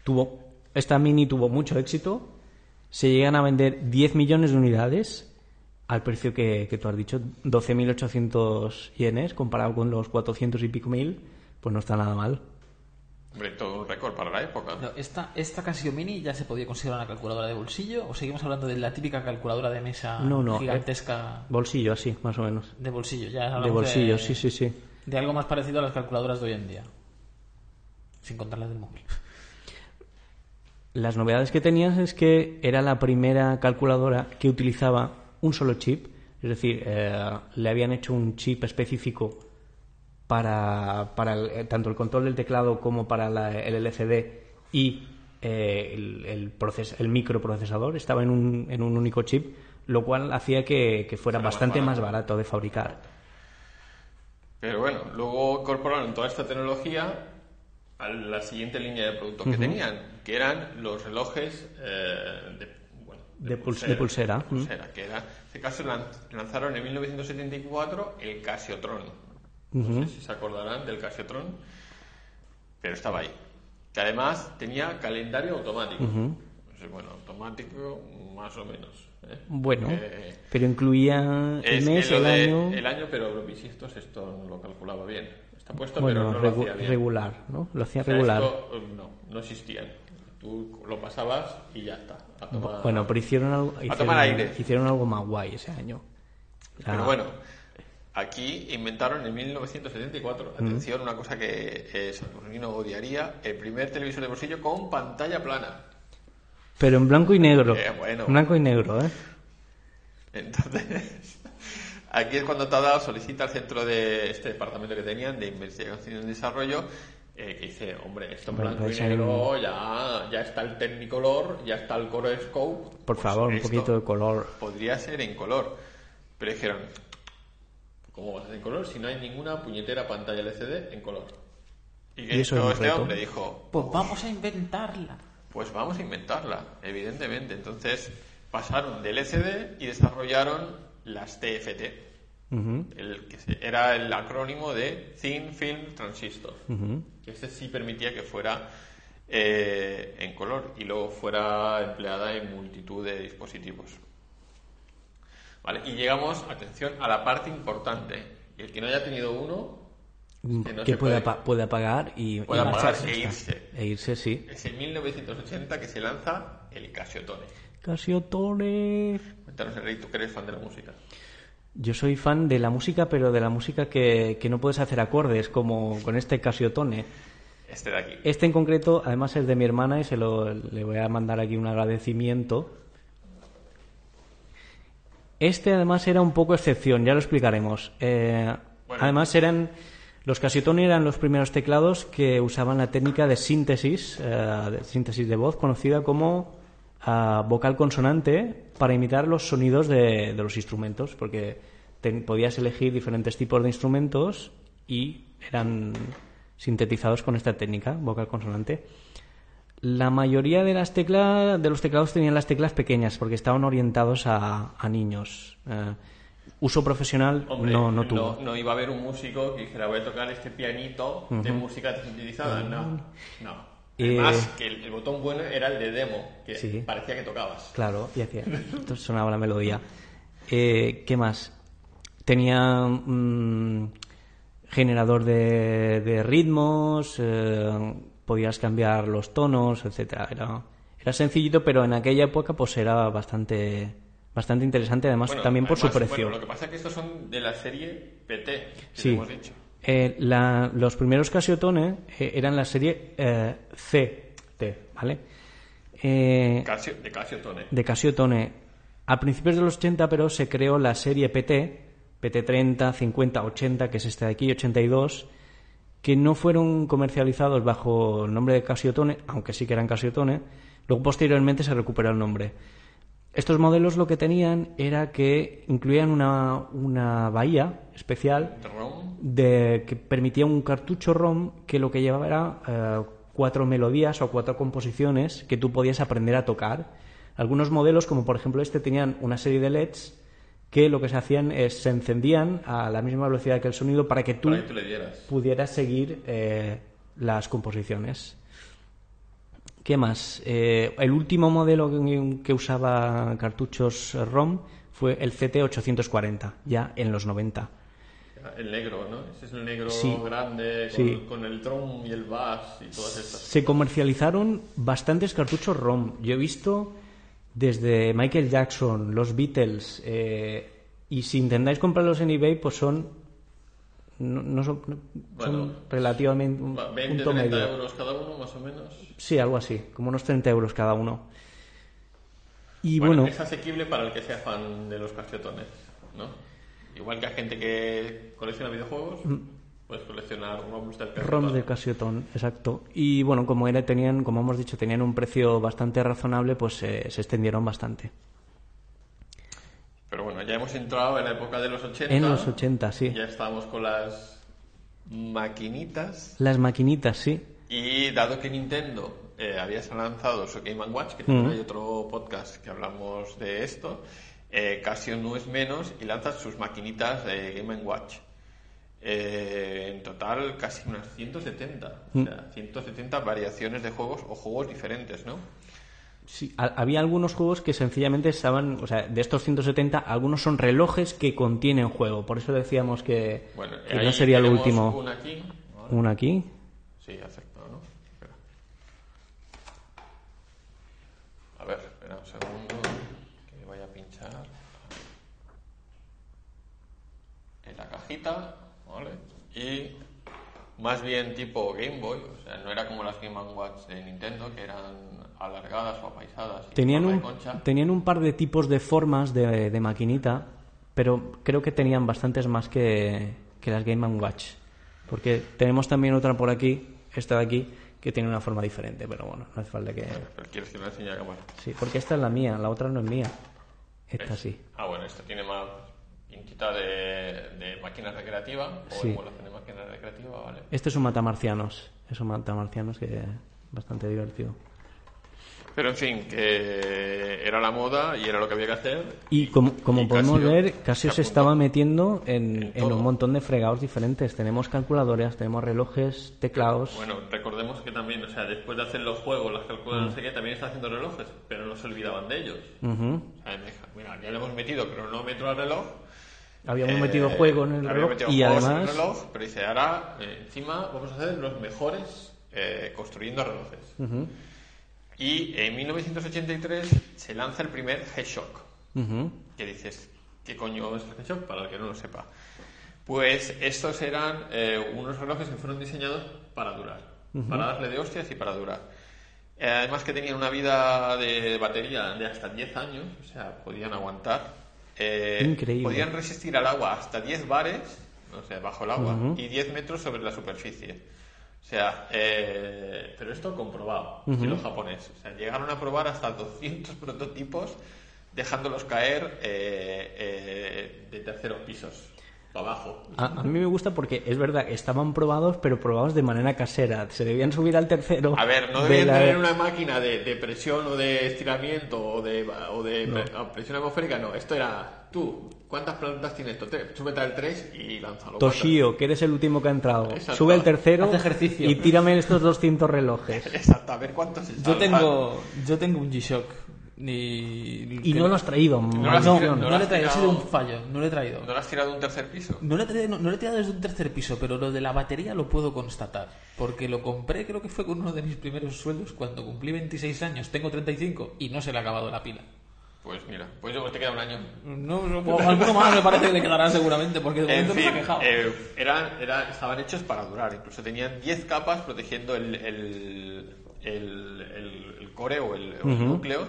B: Tuvo, esta mini tuvo mucho éxito. Se llegan a vender 10 millones de unidades al precio que, que tú has dicho, 12.800 yenes, comparado con los 400 y pico mil, pues no está nada mal.
A: Hombre, todo un récord para la época.
C: Pero esta, esta Casio Mini ya se podía considerar una calculadora de bolsillo o seguimos hablando de la típica calculadora de mesa
B: No, no,
C: gigantesca
B: Bolsillo, así, más o menos.
C: de bolsillo. Ya
B: De
C: hablamos
B: bolsillo, sí, sí, sí.
C: De algo más parecido a las calculadoras de hoy en día. Sin contar las del móvil.
B: Las novedades que tenías es que era la primera calculadora que utilizaba un solo chip, es decir, eh, le habían hecho un chip específico para, para el- eh, tanto el control del teclado como para la- el LCD y eh, el, el proces- el microprocesador estaba en un, en un único chip, lo cual hacía que, que
A: Fuera
B: fuera
A: más
B: bastante
A: barato.
B: más barato de fabricar.
A: Pero bueno, luego incorporaron toda esta tecnología a la siguiente línea de productos que tenían, que eran los relojes eh, de, bueno,
B: De pul- de pulsera,
A: de pulsera, que era, en este caso lan- lanzaron en 1974 el Casiotron. No sé si se acordarán del Casiotron, pero estaba ahí. Que además tenía calendario automático. No sé, Bueno, automático más o menos. ¿eh?
B: Bueno,
A: Eh,
B: pero incluía el
A: es
B: mes,
A: que
B: el
A: lo de-
B: año.
A: el año, pero los bisiestos esto no lo calculaba bien. Está puesto,
B: Bueno,
A: pero no
B: regu-
A: lo hacía bien.
B: regular, ¿no? Lo hacía
A: O sea,
B: regular.
A: esto, eh, no, no existían. Tú lo pasabas y ya está. A tomar-
B: Bueno, pero hicieron algo, hicieron,
A: tomar aire.
B: hicieron algo más guay ese año. O sea,
A: Pero bueno, aquí inventaron en 1974, atención, una cosa que eh, Saturnino odiaría, el primer televisor de bolsillo con pantalla plana.
B: pero en blanco y negro.
A: Eh, bueno.
B: Blanco y negro, ¿eh?
A: Entonces, aquí es cuando Tada solicita al centro de este departamento que tenían de investigación y desarrollo eh, que dice, hombre, esto en
B: Hombre,
A: blanco y
B: pues hay
A: negro, ya, ya está el Technicolor, ya está el Coroscope.
B: Por
A: pues
B: favor, un
A: esto
B: poquito de color.
A: Podría ser en color. Pero dijeron, ¿cómo vas a hacer en color si no hay ninguna puñetera pantalla LCD en color? Y,
B: Y
A: esto
B: eso es un
A: este
B: reto.
A: hombre dijo,
C: Pues vamos a inventarla.
A: pues vamos a inventarla, evidentemente. Entonces pasaron del LCD y desarrollaron las TFT,
B: Ujú,
A: el que se- era el acrónimo de Thin Film Transistor.
B: ujú.
A: que Este sí permitía que fuera eh, en color y luego fuera empleada en multitud de dispositivos. Vale, y llegamos, atención, a la parte importante. Y el que no haya tenido uno, que no
B: Mm, que
A: se
B: puede,
A: puede-
B: apa- puede apagar y,
A: Puede
B: y
A: apagar
B: marcharse,
A: e
B: ya
A: irse.
B: está. E irse, sí.
A: es en 1980 que se lanza el Casiotone.
B: Casiotone.
A: Cuéntanos, Enrique, tú que eres fan de la música.
B: Yo soy fan de la música, pero de la música que, que no puedes hacer acordes, como con este Casiotone.
A: Este de aquí.
B: Este en concreto, además, es de mi hermana y se lo, le voy a mandar aquí un agradecimiento. Este, además, era un poco excepción, ya lo explicaremos. Eh,
A: Bueno.
B: Además, eran. Los Casiotone eran los primeros teclados que usaban la técnica de síntesis, eh, de síntesis de voz, conocida como ah, vocal consonante, para imitar los sonidos de, de los instrumentos, porque ten- podías elegir diferentes tipos de instrumentos y eran sintetizados con esta técnica, vocal consonante. La mayoría de las teclas de los teclados tenían las teclas pequeñas porque estaban orientados a, a niños. Eh, uso profesional
A: Hombre,
B: no, no tuvo.
A: No, iba a haber un músico que dijera, voy a tocar este pianito de música sintetizada. No, no.
B: Eh,
A: Además, que el, el botón bueno era el de demo, que
B: Sí.
A: parecía que tocabas.
B: Claro, y hacía. esto sonaba la melodía. Eh, ¿Qué más? Tenía mm, generador de, de ritmos, eh, podías cambiar los tonos, etcétera. Era, era sencillito, pero en aquella época pues era bastante bastante interesante, además
A: Bueno,
B: también por su
A: además,
B: precio.
A: Bueno, lo que pasa es que estos son de la serie PT, que
B: Sí.
A: hemos dicho.
B: Eh, la- los primeros Casiotone eh, eran la serie eh, CT, ¿vale? Eh,
A: Casio, de Casio Tone.
B: de Casiotone. A principios de los 80, pero se creó la serie PT, PT 30, 50, 80, que es esta de aquí, 82, que no fueron comercializados bajo el nombre de Casiotone, aunque sí que eran Casiotone. Luego, posteriormente, se recuperó el nombre. Estos modelos lo que tenían era que incluían una, una bahía especial
A: ROM.
B: de, que permitía un cartucho ROM que lo que llevaba era eh, cuatro melodías o cuatro composiciones que tú podías aprender a tocar. Algunos modelos, como por ejemplo este, tenían una serie de LEDs que lo que se hacían es se encendían a la misma velocidad que el sonido para que tú
A: Para que tú le dieras.
B: pudieras seguir eh, las composiciones. ¿Qué más? Eh, el último modelo que, que usaba cartuchos ROM fue el CT840, ya en los 90.
A: El negro, ¿no? Ese es el negro
B: Sí.
A: grande, con,
B: Sí.
A: con el tron y el bass y todas estas.
B: Se comercializaron bastantes cartuchos ROM. Yo he visto desde Michael Jackson, los Beatles, eh, y si intentáis comprarlos en eBay, pues son. No, no son, no- son
A: Bueno,
B: relativamente un
A: 20,
B: punto
A: 30
B: medio.
A: euros cada uno, más o menos.
B: Sí, algo así, como unos 30 euros cada uno. Y bueno,
A: Es asequible para el que sea fan de los cachotones, ¿no? Igual que a gente que colecciona videojuegos. Puedes coleccionar ROMs del Casiotón.
B: Mm. ROMs del Casiotón, exacto. Y bueno, como era, tenían, como hemos dicho, tenían un precio bastante razonable, pues eh, se extendieron bastante.
A: Pero bueno, ya hemos entrado en la época de los 80.
B: En los 80, sí.
A: Ya estábamos con las maquinitas.
B: Las maquinitas, sí.
A: Y dado que Nintendo eh, había lanzado su Game Watch,
B: Mm.
A: que también hay otro podcast que hablamos de esto, eh, Casio no es menos y lanza sus maquinitas de Game Watch. Eh, en total, casi unas 170. O
B: Mm.
A: sea, 170 variaciones de juegos o juegos diferentes, ¿no?
B: Sí, ha- había algunos juegos que sencillamente estaban, o sea, de estos 170, algunos son relojes que contienen juego. Por eso decíamos que,
A: Bueno,
B: que
A: ahí
B: no sería lo
A: tenemos
B: último.
A: una aquí. ¿no?
B: Una aquí.
A: Sí, aceptado, ¿no? Espera. A ver, espera un segundo. Que voy a pinchar. En la cajita, ¿vale? Y más bien tipo Game Boy, o sea, no era como las Game Watch de Nintendo, que eran alargadas o apaisadas. y
B: Tenían
A: forma de
B: un,
A: concha.
B: tenían un par de tipos de formas de, de maquinita, pero creo que tenían bastantes más que, que las Game Watch. Porque tenemos también otra por aquí, esta de aquí, que tiene una forma diferente, pero bueno, no hace falta que...
A: Pero quieres que me enseñe a cámara.
B: Sí, porque esta es la mía, la otra no es mía. Esta
A: ¿Ves?
B: sí.
A: Ah, bueno, esta tiene más pintita de, de máquina recreativa o
B: Sí.
A: emulación de máquina recreativa, ¿vale?
B: Este es un matamarcianos, es un matamarcianos que es bastante divertido.
A: Pero en fin, que era la moda y era lo que había que hacer.
B: Y como, como
A: y
B: podemos
A: Casio
B: ver, Casio
A: se
B: se
A: apuntó.
B: estaba metiendo en,
A: En
B: en
A: todo.
B: un montón de fregados diferentes. Tenemos calculadoras, tenemos relojes, teclados.
A: Bueno, recordemos que también, o sea, después de hacer los juegos, las calculadoras, no sé qué, también está haciendo relojes, pero no se olvidaban de ellos.
B: Ujú.
A: O sea, deja- mira, ya le hemos metido cronómetro al reloj.
B: Habíamos
A: eh,
B: metido juego en el
A: habíamos
B: reloj
A: metido
B: y
A: juegos en el
B: además
A: reloj, pero dice, ahora eh, encima vamos a hacer los mejores eh, construyendo relojes. Y en 1983 se lanza el primer G-Shock.
B: ujú,
A: que dices, ¿qué coño es el reloj? Para el que no lo sepa. Pues estos eran eh, unos relojes que fueron diseñados para durar, para darle de hostias y para durar. Eh, además que tenían una vida de batería de hasta 10 años, o sea, podían aguantar. Eh,
B: Increíble.
A: Podían resistir al agua hasta 10 bares, o sea, bajo el agua,
B: Ujú.
A: y 10 metros sobre la superficie. O sea, eh, pero esto comprobado de los japoneses. O sea, llegaron a probar hasta 200 prototipos dejándolos caer eh, eh, de terceros pisos, para abajo.
B: a, a mí me gusta porque es verdad, estaban probados, pero probados de manera casera. Se debían subir al tercero.
A: A ver, no
B: de
A: debían
B: la-
A: tener una máquina de, de presión o de estiramiento o de, o de pre- presión atmosférica, no. Esto era tú. ¿Cuántas plantas tiene esto? Tres. Súbete al 3 y lánzalo.
B: Toshio, que eres el último que ha entrado.
A: Exacto.
B: Sube al tercero
C: Haz ejercicio.
B: y tírame estos 200 relojes.
A: Exacto, a ver cuántos se
C: Yo
A: salvan.
C: tengo, yo tengo un G-Shock. Y,
B: Y no lo has traído,
A: lo has
C: No,
B: maldición.
A: traído,
C: no
A: no
C: lo
A: lo
C: he
A: has
C: traído, ha sido
A: tirado.
C: un fallo, no lo he traído.
A: ¿No lo has tirado de un tercer piso?
C: No lo, he traído, no- no lo he tirado desde un tercer piso, pero lo de la batería lo puedo constatar. Porque lo compré, creo que fue con uno de mis primeros sueldos cuando cumplí 26 años, tengo 35 y no se le ha acabado la pila.
A: Pues mira, pues yo pues te queda un año.
C: No, no, o alguno más me parece que le quedará seguramente, porque de
A: En
C: momento no se ha
A: fin,
C: quejado.
A: eh, eran- era- estaban hechos para durar. Incluso tenían 10 capas protegiendo el, el, el- el- el core o el, o el núcleo.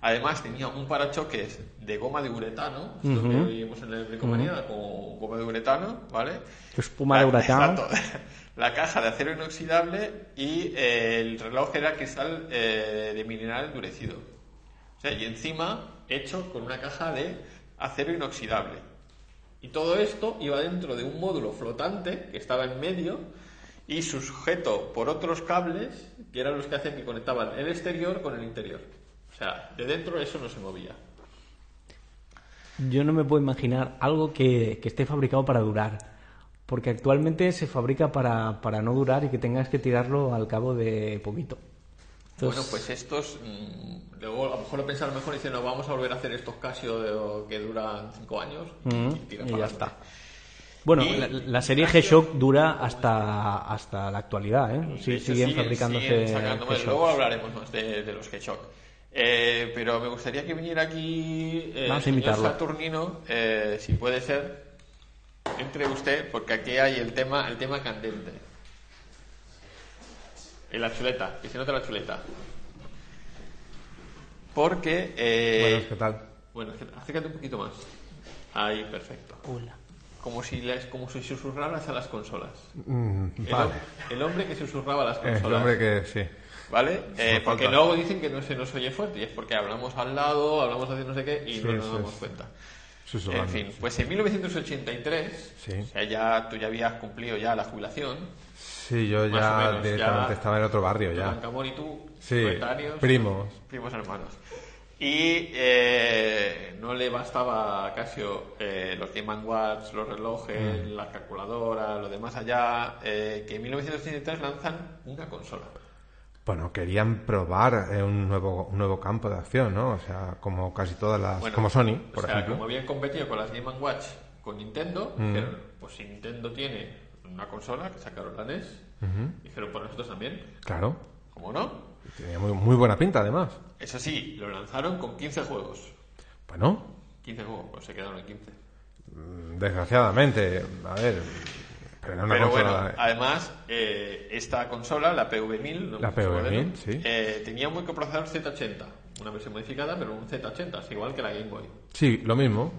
A: Además tenía un parachoques de goma de uretano, esto que vimos en la bricomanía, como goma de uretano, ¿vale?
B: Espuma de huracán.
A: Ah, Exacto. La caja de acero inoxidable y eh, el reloj era cristal eh, de mineral endurecido. O sea, y encima hecho con una caja de acero inoxidable. Y todo esto iba dentro de un módulo flotante que estaba en medio y sujeto por otros cables que eran los que hacían que conectaban el exterior con el interior. O sea, de dentro eso no se movía.
B: Yo no me puedo imaginar algo que, que esté fabricado para durar. Porque actualmente se fabrica para, para no durar y que tengas que tirarlo al cabo de poquito. Entonces,
A: Bueno, pues estos, mm, luego a lo mejor lo pensaron mejor y dicen, no, vamos a volver a hacer estos Casio de- que duran 5 años y-
B: mm,
A: y, eh, tira
B: y
A: para
B: ya
A: adelante.
B: está. Bueno,
A: Y-
B: la, la serie G-Shock dura hasta, hasta la actualidad, ¿eh?
A: De
B: Sí,
A: hecho,
B: siguen fabricándose
A: siguen sacando más.
B: G-Shocks.
A: Luego hablaremos más de, de los Hedgehog. Eh, pero me gustaría que viniera aquí eh,
B: Vamos a
A: señor
B: invitarlo.
A: Saturnino, eh, si puede ser, entre usted, porque aquí hay el tema, el tema candente. Y la chuleta, que se nota la chuleta. Porque... eh,
B: Buenos, ¿qué tal?
A: bueno, acércate un poquito más. Ahí, perfecto.
C: Hola.
A: como si, las, como si susurraras a las consolas.
D: Mm,
A: El,
D: vale.
A: hom- el hombre que susurraba a las
D: Es
A: consolas.
D: el hombre que sí.
A: ¿Vale? Eh,
D: Nos
A: porque
D: falta.
A: luego dicen que no se nos oye fuerte y es porque hablamos al lado, hablamos hacia no sé qué y
D: Sí,
A: no nos
D: sí,
A: damos
D: sí.
A: cuenta.
D: Susurrando.
A: en fin, pues en 1983,
D: Sí.
A: o sea, ya, tú ya habías cumplido ya la jubilación,
D: Sí, yo
A: Más
D: ya
A: o menos,
D: directamente
A: ya-
D: estaba en otro barrio ya.
A: Tutankamón y tú,
D: Sí,
A: coetáneos,
D: primos.
A: primos hermanos. Y eh, no le bastaba a Casio eh, los Game Watch, los relojes,
D: Mm.
A: la calculadora, lo demás allá, eh, que en 1983 lanzan una consola.
D: Bueno, querían probar eh, un nuevo un nuevo campo de acción, ¿no? O sea, como casi todas las
A: Bueno,
D: como Sony,
A: o
D: por
A: sea,
D: ejemplo.
A: como habían competido con las Game Watch con Nintendo,
D: Mm.
A: dijeron, pues si Nintendo tiene una consola que sacaron la NES, dijeron por nosotros también,
D: Claro.
A: ¿cómo no?
D: Tenía muy, muy buena pinta además.
A: Eso sí, lo lanzaron con 15 juegos.
D: Bueno,
A: 15 juegos, pues se quedaron en 15.
D: mm, desgraciadamente, a ver, pero era una
A: Pero
D: consola-
A: bueno, además, eh, esta consola, la PV1000, ¿no?
D: La
A: Este
D: PV1000,
A: modelo,
D: sí.
A: eh, tenía un microprocesador Z80, una versión modificada, pero un Z80, es igual que la Game Boy.
D: Sí, lo mismo.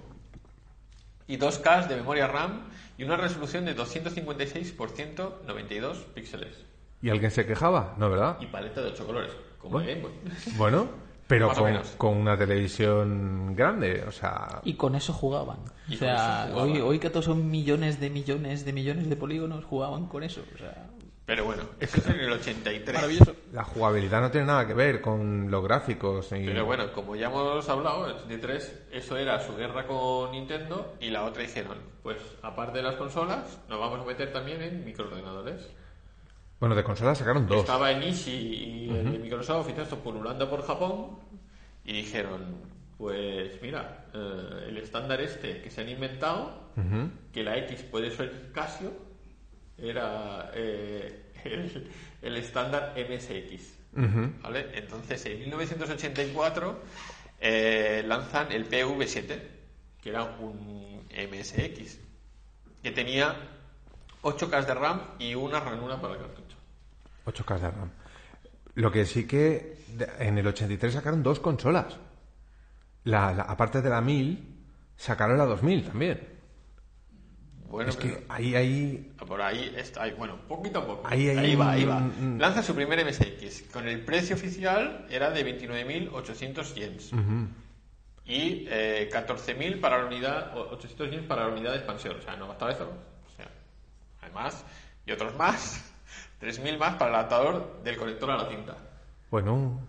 A: Y 2K de memoria RAM y una resolución de 256 por 192 píxeles.
D: ¿Y alguien se quejaba? No, ¿verdad?
A: Y paleta de 8 colores, como la Game Boy.
D: Bueno, pero
A: Más o
D: con,
A: menos.
D: con una televisión grande, o sea,
C: Y con eso jugaban.
A: Y
C: o
A: con
C: sea,
A: eso jugaban.
C: Hoy, hoy que todos son millones de millones de millones de polígonos, jugaban con eso. O sea,
A: Pero bueno, eso es en el 83.
C: maravilloso.
D: la jugabilidad no tiene nada que ver con los gráficos. Y...
A: Pero bueno, como ya hemos hablado, en el 83 eso era su guerra con Nintendo y la otra dijeron, pues aparte de las consolas, nos vamos a meter también en microordenadores.
D: Bueno, de consola sacaron dos.
A: Estaba en Ishi y el de Microsoft y todo esto pululando por Japón y dijeron, pues mira, eh, el estándar este que se han inventado,
D: Ujú.
A: que la X puede ser Casio, era eh, el, el estándar MSX.
D: Ujú.
A: ¿vale? Entonces, en 1984 eh, lanzan el PV7, que era un MSX, que tenía 8K de RAM y una ranura para el cartucho.
D: 8K de RAM. Lo que sí que de- en el 83 sacaron dos consolas. La, la- aparte de la 1000, sacaron la 2000 también.
A: Bueno,
D: es que
A: pero
D: ahí, ahí...
A: por ahí está, ahí- bueno, poquito a poco.
D: Ahí hay un-
A: va, ahí va.
D: un-
A: Lanza su primer MSX, con el precio oficial era de 29.800 yens
D: Ujú.
A: y eh, 14.000 para la unidad, o 800 yens para la unidad de expansión, o sea, no bastaba eso. O sea, además, y otros más, 3.000 más para el adaptador del conector a la cinta.
D: Bueno,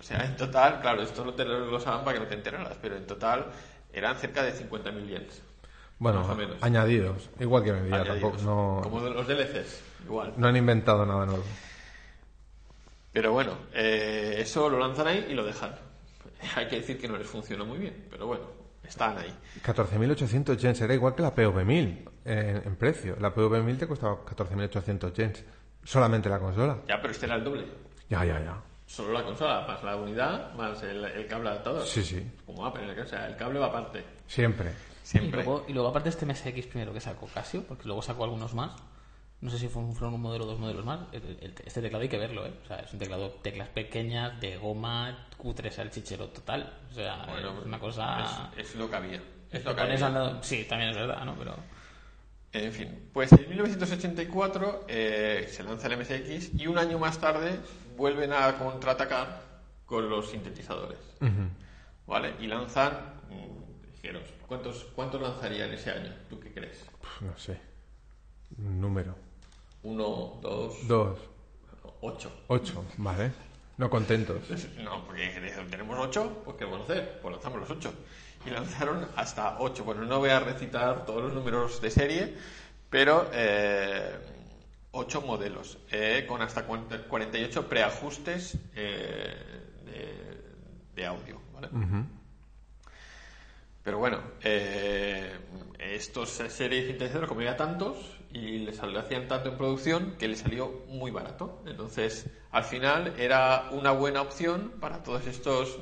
A: O sea, en total, claro, esto lo te lo desglosaban para que no te enteraras, pero en total eran cerca de 50.000 yens.
D: bueno,
A: Más o menos.
D: añadidos. Igual que hoy en día,
A: añadidos.
D: tampoco. No,
A: Como de los DLCs, igual.
D: no han inventado nada nuevo.
A: Pero bueno, eh, eso lo lanzan ahí y lo dejan. Hay que decir que no les funcionó muy bien, pero bueno, están ahí.
D: 14.800 yens, era igual que la PV1000 eh, en precio. La PV1000 te costaba 14.800 yens. Solamente la consola.
A: Ya, pero este era el doble.
D: Ya, ya, ya.
A: Solo la consola, más la unidad, más el, el cable adaptador.
D: Sí, sí.
A: Como Apple, o sea, el cable va aparte.
D: Siempre.
C: Y
A: Siempre.
C: luego, y luego, aparte, este MSX primero que sacó Casio, porque luego sacó algunos más. No sé si fueron fueron un modelo o dos modelos más. El- el- este teclado hay que verlo, ¿eh? O sea, es un teclado teclas pequeñas, de goma, cutres al chichero total. O sea,
A: Bueno, pues,
C: es una cosa.
A: Es, es lo que había. Es lo que
C: Pones
A: había.
C: al lado- Sí, también es verdad, ¿no? Pero.
A: En fin, pues en 1984 eh, se lanza el MSX y un año más tarde vuelven a contraatacar con los sintetizadores. ¿Vale? Y lanzan, mm, dijeros, ¿cuántos, ¿cuántos lanzarían ese año? ¿Tú qué crees?
D: Pf, no sé. Un Número.
A: ¿Uno, dos,
D: Dos.
A: ocho?
D: Ocho. Vale. No contentos.
A: No, porque tenemos ocho, pues ¿qué vamos a hacer? Pues lanzamos los ocho. Y lanzaron hasta ocho. Bueno, no voy a recitar todos los números de serie, pero eh, ocho modelos, eh, con hasta 40 48 preajustes eh, de, de audio. ¿vale? Pero bueno, eh, estos series sintetizadores, como había tantos, y les sal- hacían tanto en producción, que les salió muy barato. Entonces, al final era una buena opción para todos estos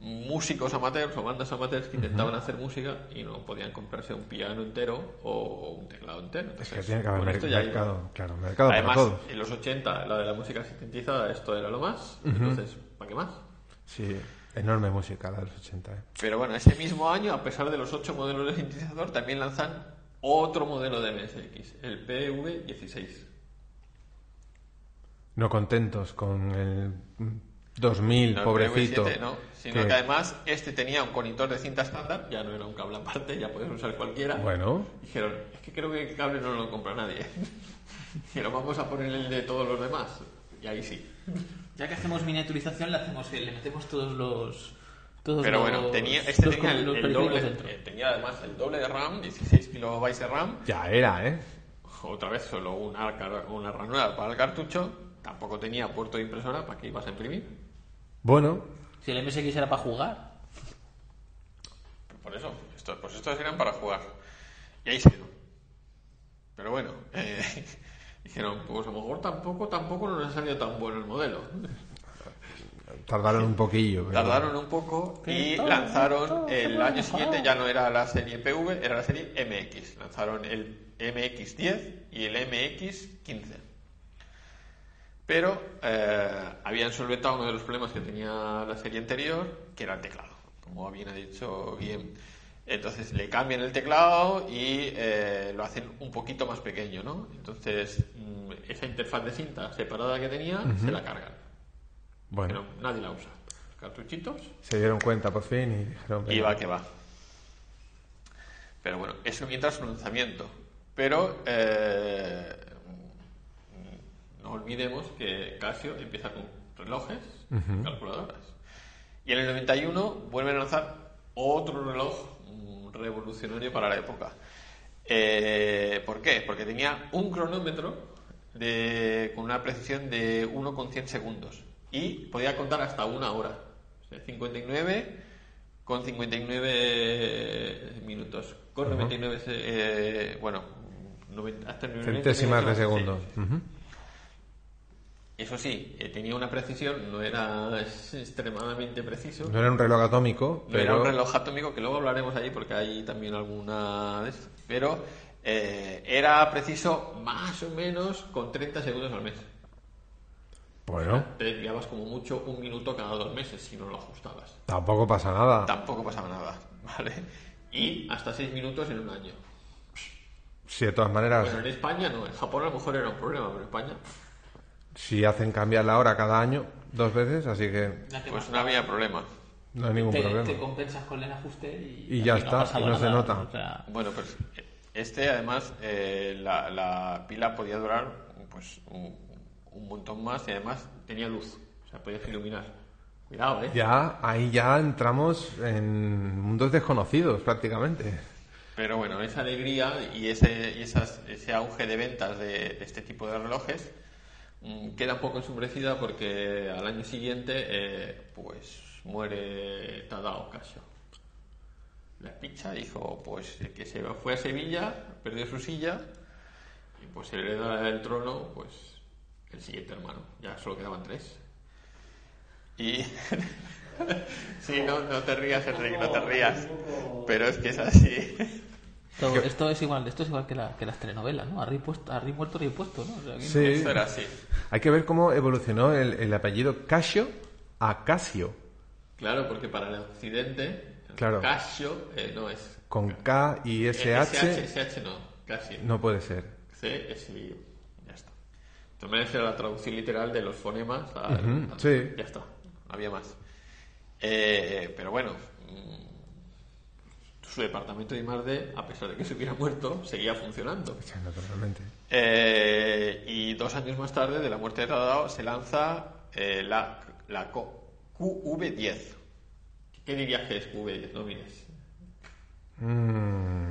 A: músicos amateurs o bandas amateurs que intentaban hacer música y no podían comprarse un piano entero o un teclado entero.
D: Es
A: Entonces,
D: que tiene que haber
A: con
D: mer-
A: esto ya
D: mercado.
A: iba.
D: Claro, mercado
A: Además,
D: para todos.
A: en los 80, la de la música sintetizada, esto era lo más. Entonces, ¿para qué más?
D: Sí. Enorme música la de los 80. ¿eh?
A: Pero bueno, ese mismo año, a pesar de los ocho modelos de sintetizador, también lanzan otro modelo de MSX, el PV16.
D: No contentos con el 2000,
A: No, el
D: pobrecito.
A: PV7 no, sino que...
D: que-
A: además este tenía un conector de cinta estándar, ya no era un cable aparte, ya podías usar cualquiera.
D: Bueno,
A: Dijeron, es que creo que el cable no lo compra nadie. Dijeron, vamos a poner el de todos los demás. Y ahí sí.
C: Ya que hacemos miniaturización, le, hacemos, le metemos todos los. Todos
A: Pero
C: los-
A: bueno, tenía, este
C: los-
A: tenía el,
C: los
A: el
C: periféricos
A: doble,
C: dentro.
A: eh, tenía además el doble de RAM, 16 kilobytes de RAM,
D: ya era, ¿eh?
A: otra vez solo un arca- una ranura para el cartucho, tampoco tenía puerto de impresora, ¿para qué ibas a imprimir?
D: Bueno,
C: Si el MSX era para jugar,
A: Pues por eso, esto- pues estos eran para jugar. Y ahí se quedó. Pero bueno, eh, dijeron, pues a lo mejor tampoco, tampoco nos ha salido tan bueno el modelo.
D: tardaron un poquillo. pero-
A: Tardaron un poco y lanzaron el año siguiente, ya no era la serie PV, era la serie MX. Lanzaron el MX10 y el MX15. Pero eh, habían solventado uno de los problemas que tenía la serie anterior, que era el teclado, como bien ha dicho bien. Entonces le cambian el teclado y eh, lo hacen un poquito más pequeño, ¿no? Entonces mm, esa interfaz de cinta separada que tenía se la cargan,
D: Bueno,
A: pero nadie la usa. Los cartuchitos
D: se dieron cuenta por fin y dijeron...
A: y
D: venga.
A: va que va. Pero bueno, eso mientras su lanzamiento. Pero eh, no olvidemos que Casio empieza con relojes, calculadoras. Y en el 91 vuelven a lanzar otro reloj mm, revolucionario para la época. Eh, ¿Por qué? Porque tenía un cronómetro de- con una precisión de 1,100 segundos y podía contar hasta una hora. O sea, 59 con 59 minutos. Con 99, se- eh, bueno, 90 hasta 99
D: Centésimas de
A: minutos,
D: segundo.
A: sí.
D: Ujú.
A: Eso sí, eh, tenía una precisión, no era es- extremadamente preciso.
D: No era un reloj atómico,
A: No
D: pero...
A: era un reloj atómico, que luego hablaremos allí porque hay también alguna de estas, Pero eh, era preciso más o menos con 30 segundos al mes.
D: Bueno,
A: Te desviabas como mucho un minuto cada dos meses si no lo ajustabas.
D: tampoco pasa nada.
A: Tampoco pasaba nada, ¿vale? Y hasta 6 minutos en un año.
D: Si de todas maneras,
A: Bueno, en España no, en Japón a lo mejor era un problema, pero en España
D: si hacen cambiar la hora cada año, dos veces, así que
C: ya que
A: pues
C: más,
A: no había problema.
D: no hay ningún
C: te,
D: problema.
C: te compensas con el ajuste y,
D: Y ya
C: aquí
D: está,
C: ha pasado
D: y no se
C: nada,
D: nota.
C: o sea,
A: Bueno, pues eh, este además eh, la, la pila podía durar pues un, un montón más y además tenía luz, o sea, podías iluminar. Cuidado, ¿eh?
D: Ya, ahí ya entramos en mundos desconocidos prácticamente.
A: Pero bueno, esa alegría y ese, y esas- ese auge de ventas de, de este tipo de relojes mm, queda un poco ensombrecida porque al año siguiente eh, pues muere Tadao Casio. La picha dijo, pues el que se fue a Sevilla, perdió su silla y pues hereda el trono, pues el siguiente hermano. Ya solo quedaban tres. Y... sí, no, no te rías, Enrique, no te rías. Pero es que es así.
C: Esto, esto es igual, esto es igual que, la- que las telenovelas, ¿no? A rey, puesto, a rey muerto, rey puesto, ¿no? O sea, aquí no-
D: Sí.
A: Esto era así.
D: Hay que ver cómo evolucionó el, el apellido Casio a Casio,
A: Claro, porque para el occidente,
D: Claro.
A: Casio eh, no es.
D: con K y
A: SH,
D: SH.
A: SH no, Casio.
D: No puede ser.
A: C, S y U. Ya está. También es la traducción literal de los fonemas. a-
D: Ujú,
A: a-
D: sí.
A: Ya está, no había más. Eh, pero bueno, mm, su departamento de I+.D., a pesar de que se hubiera muerto, seguía funcionando.
D: Sí, naturalmente.
A: Eh, y dos años más tarde, de la muerte de Tadao, se lanza eh, la, la co- QV10. ¿Qué dirías que es QV10? No mires.
D: Mm,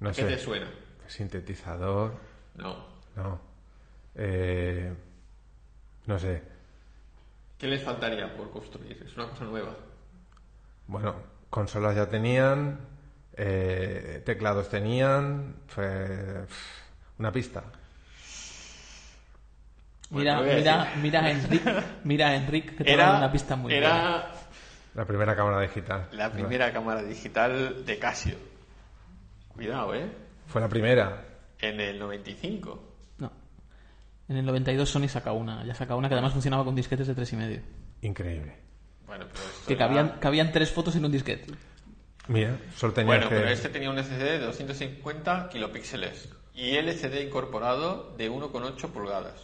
D: no
A: ¿Qué te
D: sé.
A: suena?
D: Sintetizador.
A: No.
D: No. Eh, no sé.
A: ¿Qué les faltaría por construir? Es una cosa nueva.
D: Bueno, consolas ya tenían, eh, teclados tenían, fue- pf, una pista.
A: Bueno,
C: Mira,
A: te lo voy a
C: mira,
A: decir.
C: mira a Enric, mira a Enric, que
A: pues,
C: te va a
A: Era,
C: dar una pista muy buena.
A: era
D: La primera cámara digital.
A: la primera cámara digital de Casio. Cuidado, ¿eh?
D: Fue la primera.
A: En el 95.
C: No. En el 92 Sony saca una, ya saca una que además funcionaba con disquetes de tres y medio.
D: Increíble.
A: Bueno, pero esto
C: Que
A: era-
C: cabían, cabían tres fotos en un disquete.
D: Mira, solo tenía
A: Bueno,
D: que...
A: pero este tenía un SSD de 250 kilopíxeles y LCD incorporado de 1,8 pulgadas.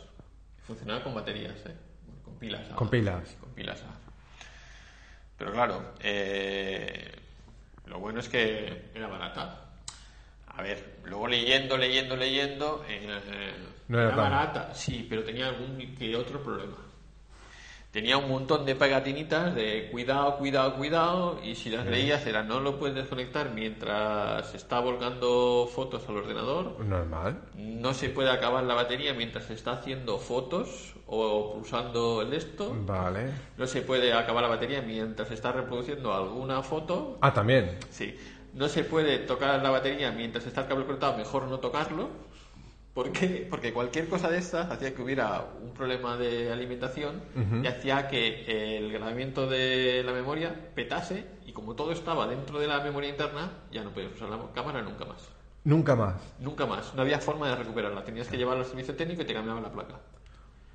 A: Funcionaba con baterías, ¿eh? Bueno, Con pilas.
D: Con pilas.
A: Con pilas. ah. Pero claro, eh, lo bueno es que era barata. A ver, luego leyendo, leyendo, leyendo, eh,
D: No era tan-
A: barata, sí, pero tenía algún que otro problema. Tenía un montón de pegatinitas de cuidado, cuidado, cuidado, y si las leías era no lo puedes desconectar mientras está volcando fotos al ordenador,
D: Normal.
A: no se puede acabar la batería mientras está haciendo fotos o pulsando el esto,
D: Vale.
A: no se puede acabar la batería mientras está reproduciendo alguna foto,
D: Ah, también.
A: Sí. No se puede tocar la batería mientras está el cable cortado, mejor no tocarlo. ¿Por qué? Porque cualquier cosa de estas hacía que hubiera un problema de alimentación y hacía que el grabamiento de la memoria petase y como todo estaba dentro de la memoria interna, ya no podías usar la cámara nunca más.
D: Nunca más.
A: Nunca más. No había forma de recuperarla. Tenías que llevarla al servicio técnico y te cambiaban la placa.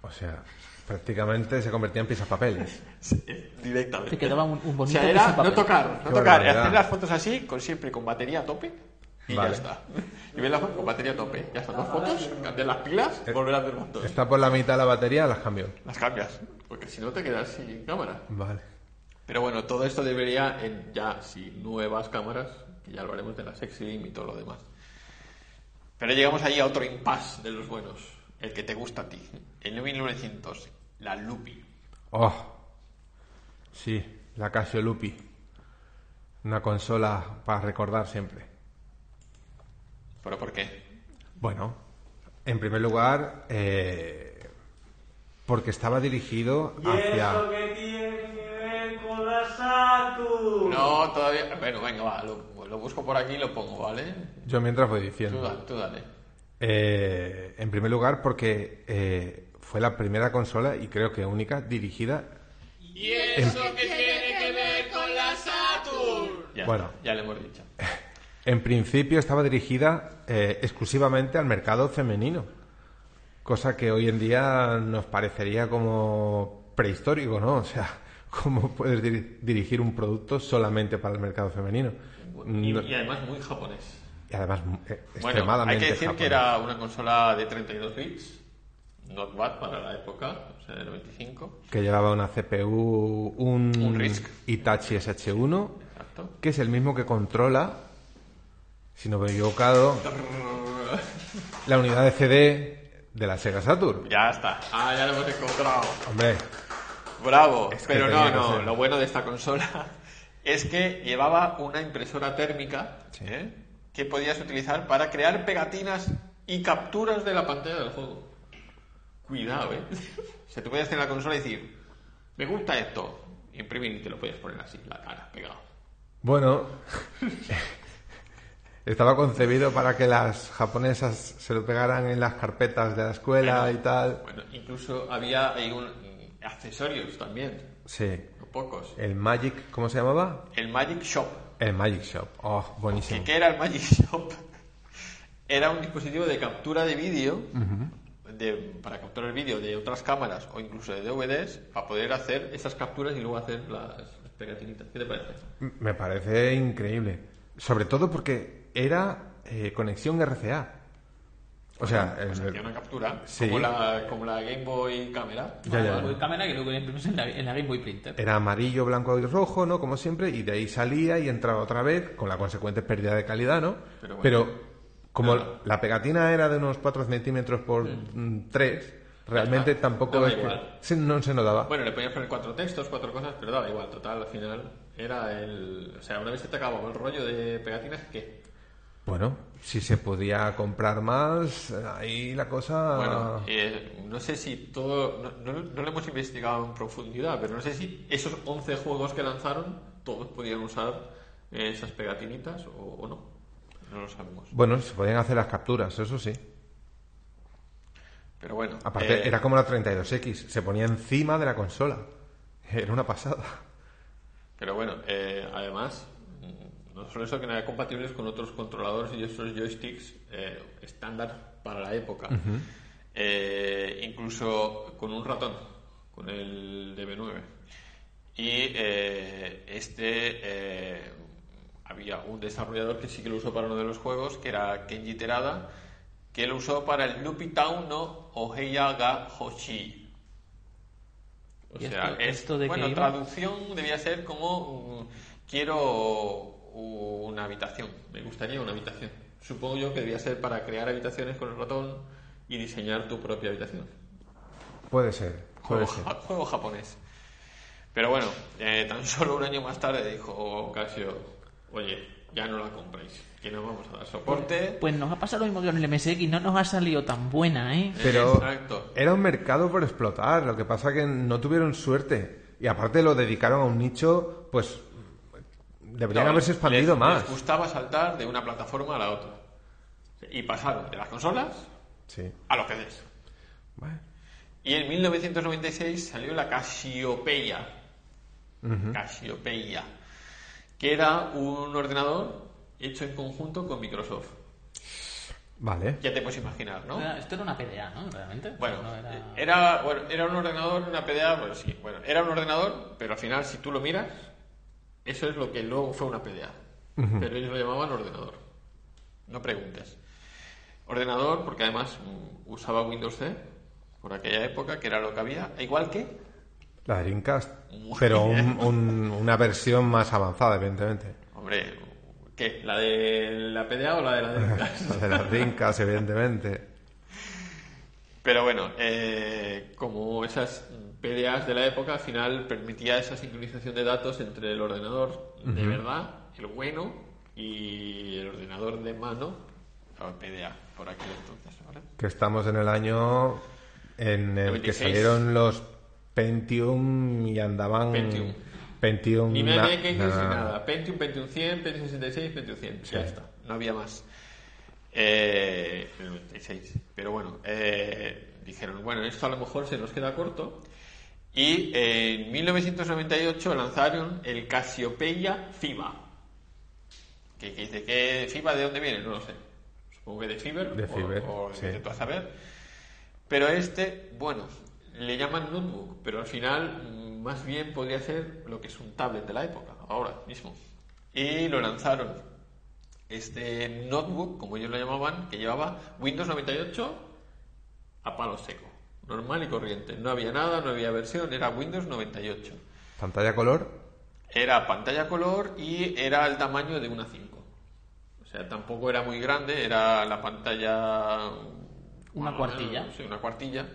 D: O sea, prácticamente se convertía en pisapapeles.
A: Directamente.
C: Te quedaba un- un
A: O sea,
C: bonito
A: era
C: pisapapeles.
A: no tocar, no
D: Qué
A: tocar,
D: barbaridad.
A: hacer las fotos así, con siempre con batería a tope y
D: Vale.
A: ya está. Y ves las fotos con batería a tope. Ya están dos fotos, cambias las pilas, volver a hacer fotos.
D: Eh, Está por la mitad la batería, las cambio.
A: Las cambias, porque si no te quedas sin cámara.
D: Vale.
A: Pero bueno, todo esto debería en ya, sí, nuevas cámaras, que ya lo haremos de la sexy y todo lo demás. Pero llegamos ahí a otro impasse de los buenos, el que te gusta a ti. En 1900, la Lupi.
D: Oh. Sí, la Casio Lupi. Una consola para recordar siempre.
A: ¿Pero por qué?
D: Bueno, en primer lugar, eh, porque estaba dirigido hacia...
E: que tiene que ver con la Saturn?
A: No, todavía. Bueno, venga, va, lo, lo busco por aquí y lo pongo, ¿vale?
D: Yo mientras voy
A: Tú
D: diciendo.
A: dale, tú dale.
D: Eh, en primer lugar, porque eh, fue la primera consola y creo que única dirigida.
A: Ya,
D: Bueno.
A: ya le hemos dicho.
D: En principio estaba dirigida eh, exclusivamente al mercado femenino, cosa que hoy en día nos parecería como prehistórico, ¿no? O sea, ¿cómo puedes diri- dirigir un producto solamente para el mercado femenino?
A: Y,
D: No-
A: y además muy japonés.
D: y además, mu- eh,
A: Bueno,
D: extremadamente
A: hay que decir que era
D: japonés.
A: una consola de 32 bits. Not bad para la época, o sea, de 95.
D: que llevaba una CPU, un,
A: Un RISC.
D: Hitachi SH1,
A: Exacto.
D: que es el mismo que controla, si no me he equivocado, la unidad de CD de la Sega Saturn.
A: Ya está. Ah, ya lo hemos encontrado.
D: Hombre,
A: Bravo.
D: Es que
A: Pero no,
D: tenía que
A: no.
D: ser.
A: Lo bueno de esta consola es que llevaba una impresora térmica
D: Sí.
A: ¿eh? que podías utilizar para crear pegatinas y capturas de la pantalla del juego. Cuidado, ¿eh? O sea, tú podías tener la consola y decir, me gusta esto. Imprimir y te lo podías poner así, la cara, pegado.
D: bueno, estaba concebido para que las japonesas se lo pegaran en las carpetas de la escuela
A: Bueno.
D: y tal.
A: Bueno, incluso había hay un- accesorios también,
D: Sí,
A: no pocos.
D: el Magic, ¿cómo se llamaba?
A: El Magic Shop.
D: El Magic Shop. Oh,
A: que
D: buenísimo.
A: ¿Qué era el Magic Shop? Era un dispositivo de captura de vídeo, de- para capturar el vídeo de otras cámaras o incluso de DVDs, para poder hacer esas capturas y luego hacer las, las pegatinitas. ¿Qué te parece?
D: Me parece increíble. Sobre todo porque era eh, conexión RCA. O sea, el-
A: Hacía una captura,
D: Eh, Sí.
A: como, la, como la Game Boy Cámara.
D: Ya, ya, Eh.
C: Algo
D: ya.
C: de cámara que luego imprimimos en la, en la Game Boy Printer.
D: era amarillo, blanco y rojo, ¿no? Como siempre, y de ahí salía y entraba otra vez, con la consecuente pérdida de calidad, ¿no?
A: Pero
D: Pero,
A: bueno.
D: como
A: Claro.
D: la pegatina era de unos 4 centímetros por 3, realmente
A: Ajá.
D: tampoco
A: Daba
D: es que-
A: igual.
D: se- no se notaba.
A: Bueno, le podías poner cuatro textos, cuatro cosas, pero daba igual, total, al final era el... O sea, una vez se te acababa el rollo de pegatinas, ¿qué?
D: Bueno, si se podía comprar más, ahí la cosa...
A: Bueno, eh, no sé si todo. No, no, no lo hemos investigado en profundidad, pero no sé si esos 11 juegos que lanzaron, todos podían usar eh, esas pegatinitas o, o no. No lo sabemos.
D: Bueno, se podían hacer las capturas, eso sí.
A: Pero bueno.
D: Aparte,
A: eh,
D: era como la 32X, se ponía encima de la consola. Era una pasada.
A: Pero bueno, eh, además, mm, no solo eso, que no eran compatibles con otros controladores y otros joysticks eh, estándar para la época. Eh, incluso con un ratón, con el DB9. Y eh, este eh, había un desarrollador que sí que lo usó para uno de los juegos, que era Kenji Terada, que lo usó para el Loopy Town no Oheya ga Hoshi. O
C: ¿Y
A: sea,
C: esto-
A: es-
C: esto de qué
A: bueno,
C: iba?
A: traducción debía ser como mm, quiero una habitación, me gustaría una habitación. Supongo yo que debía ser para crear habitaciones con el ratón y diseñar tu propia habitación.
D: Puede ser, puede
A: Juego,
D: ser.
A: ja- juego japonés. Pero bueno, eh, tan solo un año más tarde dijo Casio, oye, ya no la compréis, que no vamos a dar soporte.
C: Pues nos ha pasado lo mismo que con el MSX, no nos ha salido tan buena, ¿eh?
D: Pero
A: Exacto.
D: era un mercado por explotar, lo que pasa que no tuvieron suerte. Y aparte lo dedicaron a un nicho, pues deberían
A: No,
D: haberse
A: les-
D: expandido más.
A: Les gustaba saltar de una plataforma a la otra. Y pasaron de las consolas
D: Sí.
A: a los PDs.
D: Bueno.
A: Y en 1996 salió la Casiopeia.
D: ¿Mm?
A: Casiopeia. Que era un ordenador hecho en conjunto con Microsoft.
D: Vale.
A: Ya te puedes imaginar, ¿no?
C: Era- Esto era una PDA, ¿no? Realmente.
A: Bueno,
C: No era-
A: eh, era, bueno, era un ordenador, una PDA, bueno, sí, bueno, era un ordenador, pero al final, si tú lo miras, eso es lo que luego fue una PDA. Pero ellos lo llamaban ordenador. No preguntes. Ordenador, porque además mm, usaba Windows C por aquella época, que era lo que había, igual que
D: La Dreamcast.
A: Muy
D: Pero
A: bien.
D: un- un- una versión más avanzada, evidentemente.
A: Hombre, ¿qué? ¿La de la PDA o la de la
D: La
A: Dreamcast?
D: de las Dreamcast, evidentemente.
A: Pero bueno, eh, como esas PDAs de la época, al final permitía esa sincronización de datos entre el ordenador de verdad, el bueno, y el ordenador de mano, o PDA, por aquel entonces, ¿vale?
D: Que estamos en el año en el que
A: 96.
D: salieron los Pentium y andaban.
A: Pentium.
D: Pentium.
A: Ni
D: na-
A: MMX ni
D: na- na-
A: nada. Pentium, Pentium 100, Pentium 66, Pentium 100. Ya está. No había más. Eh, el 96. Pero bueno, eh, dijeron, bueno, esto a lo mejor se nos queda corto. Y eh, en 1998 lanzaron el Casiopeia FIBA. ¿Qué, qué, de qué FIBA de dónde viene? No lo sé. Supongo que de Fiber.
D: De
A: o-
D: Fiber,
A: O, de
D: sí.
A: vete tú a saber. Pero este, bueno, le llaman notebook, pero al final mm, más bien podría ser lo que es un tablet de la época, ahora mismo. Y lo lanzaron. Este notebook, como ellos lo llamaban, que llevaba Windows 98 a palo seco. Normal y corriente. No había nada, no había versión, era Windows 98.
D: Pantalla color.
A: Era pantalla color y era el tamaño de una 5. O sea, tampoco era muy grande, era la pantalla...
C: Una cuartilla.
A: Sí, una cuartilla.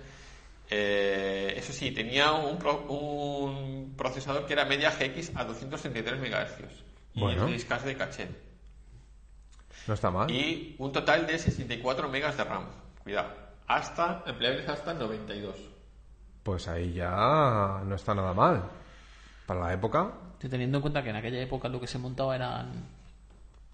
A: Eh, eso sí, tenía un, pro- un procesador que era media GX a 233 MHz. Y
D: Bueno. Ah.
A: un discas de caché.
D: No está mal.
A: Y un total de 64 megas de RAM. Cuidado. Hasta, empleables hasta 92.
D: Pues ahí ya no está nada mal. Para la época.
C: Estoy teniendo en cuenta que en aquella época lo que se montaba eran.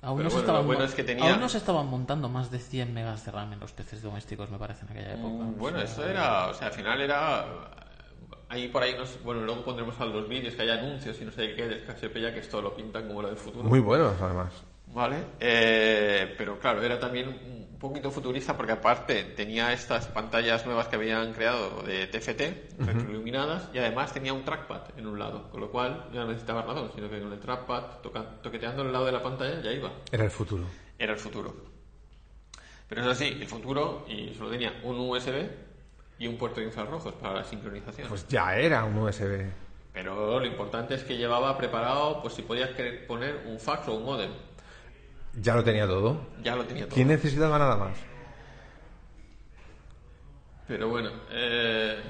C: Aún
A: Pero
C: no,
A: bueno,
C: se estaban
A: lo bueno
C: mon-
A: es que tenía-
C: aún no se estaban montando más de 100 megas de RAM en los PCs domésticos, me parece, en aquella época.
A: Mm, Bueno, eso era, o sea, al final era. Ahí por ahí, nos, bueno, luego pondremos a los vídeos que hay anuncios y no sé qué de Cassiopeia, que esto lo pintan como lo del futuro.
D: Muy buenos, además.
A: Vale, eh, pero claro, era también un poquito futurista porque aparte tenía estas pantallas nuevas que habían creado de TFT, retroiluminadas, y además tenía un trackpad en un lado, con lo cual ya no necesitaba ratón, sino que con el trackpad toca- toqueteando el lado de la pantalla ya iba
D: Era el futuro.
A: era el futuro. Pero eso sí, el futuro y solo tenía un USB y un puerto de infrarrojos para la sincronización.
D: Pues ya era un USB.
A: Pero lo importante es que llevaba preparado, pues si podías querer poner un fax o un modem.
D: Ya lo tenía todo.
A: Ya lo tenía todo.
D: ¿Quién necesitaba nada más?
A: Pero bueno, eh...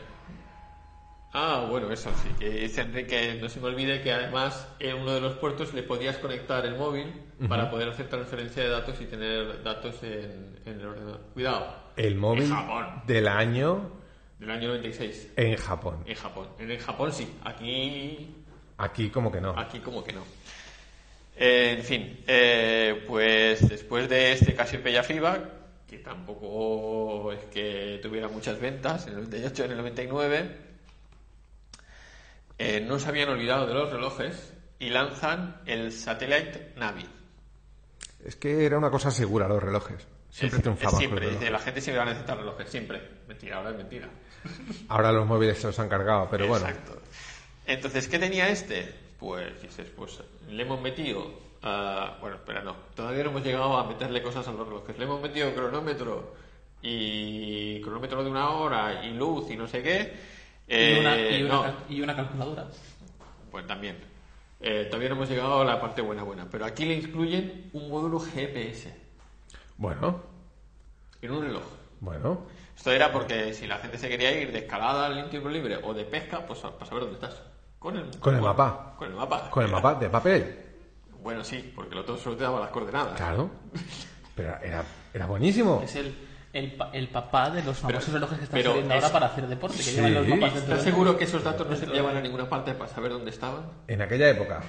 A: Ah, bueno, eso sí, que dice Enrique, no se me olvide que además en uno de los puertos le podías conectar el móvil para poder hacer transferencia de datos y tener datos en, en el ordenador. Cuidado,
D: El móvil
A: Japón.
D: del año
A: del año 96.
D: en Japón.
A: En Japón. En el Japón sí. Aquí,
D: Aquí como que no.
A: aquí como que no. Eh, en fin, eh, pues después de este Casiopeia FIBA, que tampoco es que tuviera muchas ventas, en el 98, en el 99, eh, no se habían olvidado de los relojes y lanzan el Satellite Navi.
D: Es que era una cosa segura los relojes. Siempre
A: Es-
D: triunfaban. con
A: Siempre,
D: los
A: dice,
D: relojes.
A: la gente siempre va a necesitar relojes, siempre. Mentira, ahora es mentira.
D: Ahora los móviles se los han cargado, pero bueno.
A: Exacto. Entonces, ¿qué tenía este? Pues dices, pues le hemos metido Ah, bueno, espera, no. Todavía no hemos llegado a meterle cosas a los relojes. Le hemos metido cronómetro y cronómetro de una hora y luz y no sé qué.
C: Y
A: Eh,
C: una- y una
A: no.
C: cal- y una calculadora.
A: Pues también. Eh, todavía no hemos llegado a la parte buena, buena. Pero aquí le incluyen un módulo GPS
D: Bueno,
A: en un reloj.
D: bueno.
A: Esto era porque si la gente se quería ir de escalada al tiempo libre o de pesca, pues a- para saber dónde estás. Con el,
D: Con el mapa.
A: Con el mapa.
D: Con el mapa de papel.
A: Bueno, sí, porque el otro solo te daba las coordenadas.
D: Claro. Pero era, era buenísimo.
C: Es el, el, pa- el papá de los famosos
A: Pero-
C: relojes que están
A: pero
C: saliendo
A: es-
C: ahora para hacer deporte, que
D: Sí.
C: llevan los mapas dentro
A: ¿Estás
C: del-
A: seguro que esos datos no se llevan a ninguna parte para saber dónde estaban?
D: En aquella época.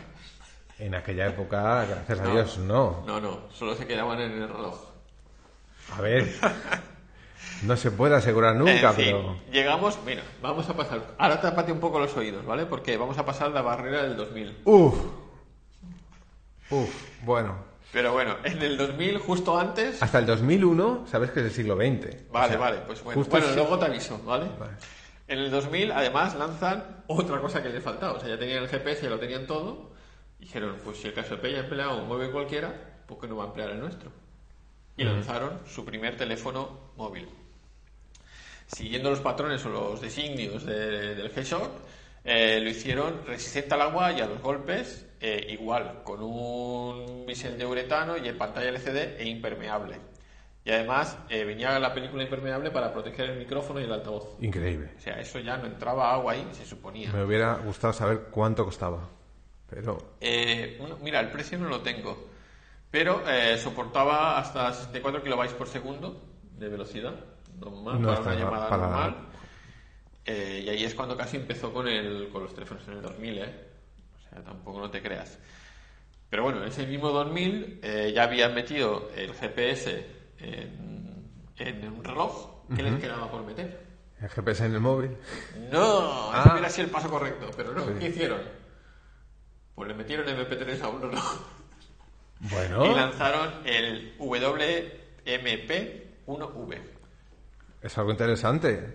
D: En aquella época, gracias a
A: No.
D: Dios, no.
A: No, no, solo se quedaban en el reloj.
D: A ver. No se puede asegurar nunca,
A: En fin,
D: pero.
A: llegamos, mira, vamos a pasar. Ahora tapate un poco los oídos, ¿vale? Porque vamos a pasar la barrera del 2000.
D: Uf. Uf. Bueno.
A: Pero bueno, en el 2000, justo antes.
D: Hasta el 2001, sabes que es el siglo XX.
A: Vale,
D: O sea,
A: vale, pues bueno.
D: justo
A: Bueno,
D: es-
A: luego te aviso, ¿vale?
D: Vale.
A: En el 2000, además, lanzan otra cosa que les faltaba. O sea, ya tenían el GPS, ya lo tenían todo. Dijeron, pues si el KSP ya ha empleado un móvil cualquiera, ¿por qué no va a emplear el nuestro? Y lanzaron su primer teléfono móvil. Siguiendo los patrones o los designios de- del G-Shock, eh, lo hicieron resistente al agua y a los golpes, eh, igual, con un bisel de uretano y en pantalla LCD e impermeable. Y además eh, venía la película impermeable para proteger el micrófono y el altavoz.
D: Increíble.
A: O sea, eso ya no entraba agua ahí, se suponía.
D: Me hubiera gustado saber cuánto costaba. Pero.
A: Eh, bueno, mira, el precio no lo tengo, pero eh, soportaba hasta 64 kilobytes por segundo de velocidad normal
D: No
A: para
D: está
A: una
D: mal,
A: llamada
D: para nada.
A: normal. Eh, y ahí es cuando casi empezó con, el, con los teléfonos en el 2000, ¿eh? O sea, tampoco no te creas. Pero bueno, en ese mismo 2000 eh, ya habían metido el GPS en, en un reloj que les quedaba por meter.
D: El GPS en el móvil.
A: No,
D: Ah.
A: ese hubiera sido el paso correcto, pero no,
D: Sí.
A: ¿qué hicieron? Pues le metieron MP3 a un reloj
D: Bueno.
A: y lanzaron el WMP1V.
D: Es algo interesante.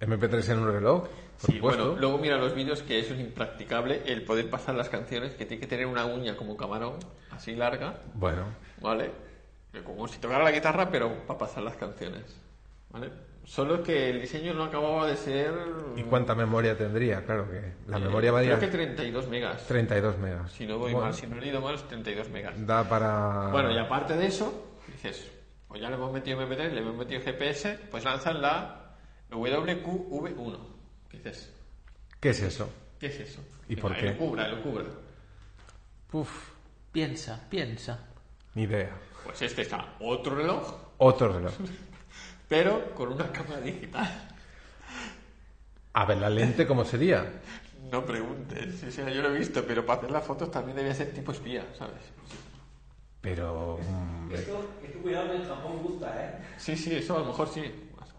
D: MP3 en un reloj. Por
A: Sí,
D: supuesto.
A: bueno, luego mira los vídeos que eso es impracticable, el poder pasar las canciones, que tiene que tener una uña como camarón, así larga,
D: Bueno.
A: ¿vale? Que Como si tocara la guitarra, pero para pasar las canciones, ¿vale? Solo que el diseño no acababa de ser...
D: ¿Y cuánta memoria tendría? Claro que la
A: eh,
D: memoria va a
A: Creo
D: ir
A: que 32 megas.
D: 32 megas.
A: Si no voy
D: Bueno,
A: mal, si no he leído mal, es 32 megas.
D: Da para.
A: Bueno, y aparte de eso, dices, pues ya le hemos metido MP3, le hemos metido GPS, pues lanzan la WQV1. ¿Qué dices?
D: ¿Qué es eso?
A: ¿Qué es eso?
D: ¿Y por qué?
A: Lo cubra, lo cubra.
D: Puf,
C: Piensa, piensa.
D: ni idea.
A: Pues este está otro reloj,
D: Otro reloj.
A: pero con una cámara digital.
D: A ver, la lente, ¿cómo sería?
A: No preguntes, o sea, yo lo he visto, pero para hacer las fotos también debía ser tipo espía, ¿sabes?
D: Pero. mm,
F: Esto, esto cuidado que en Japón gusta, ¿eh?
A: Sí, sí, eso a lo mejor sí.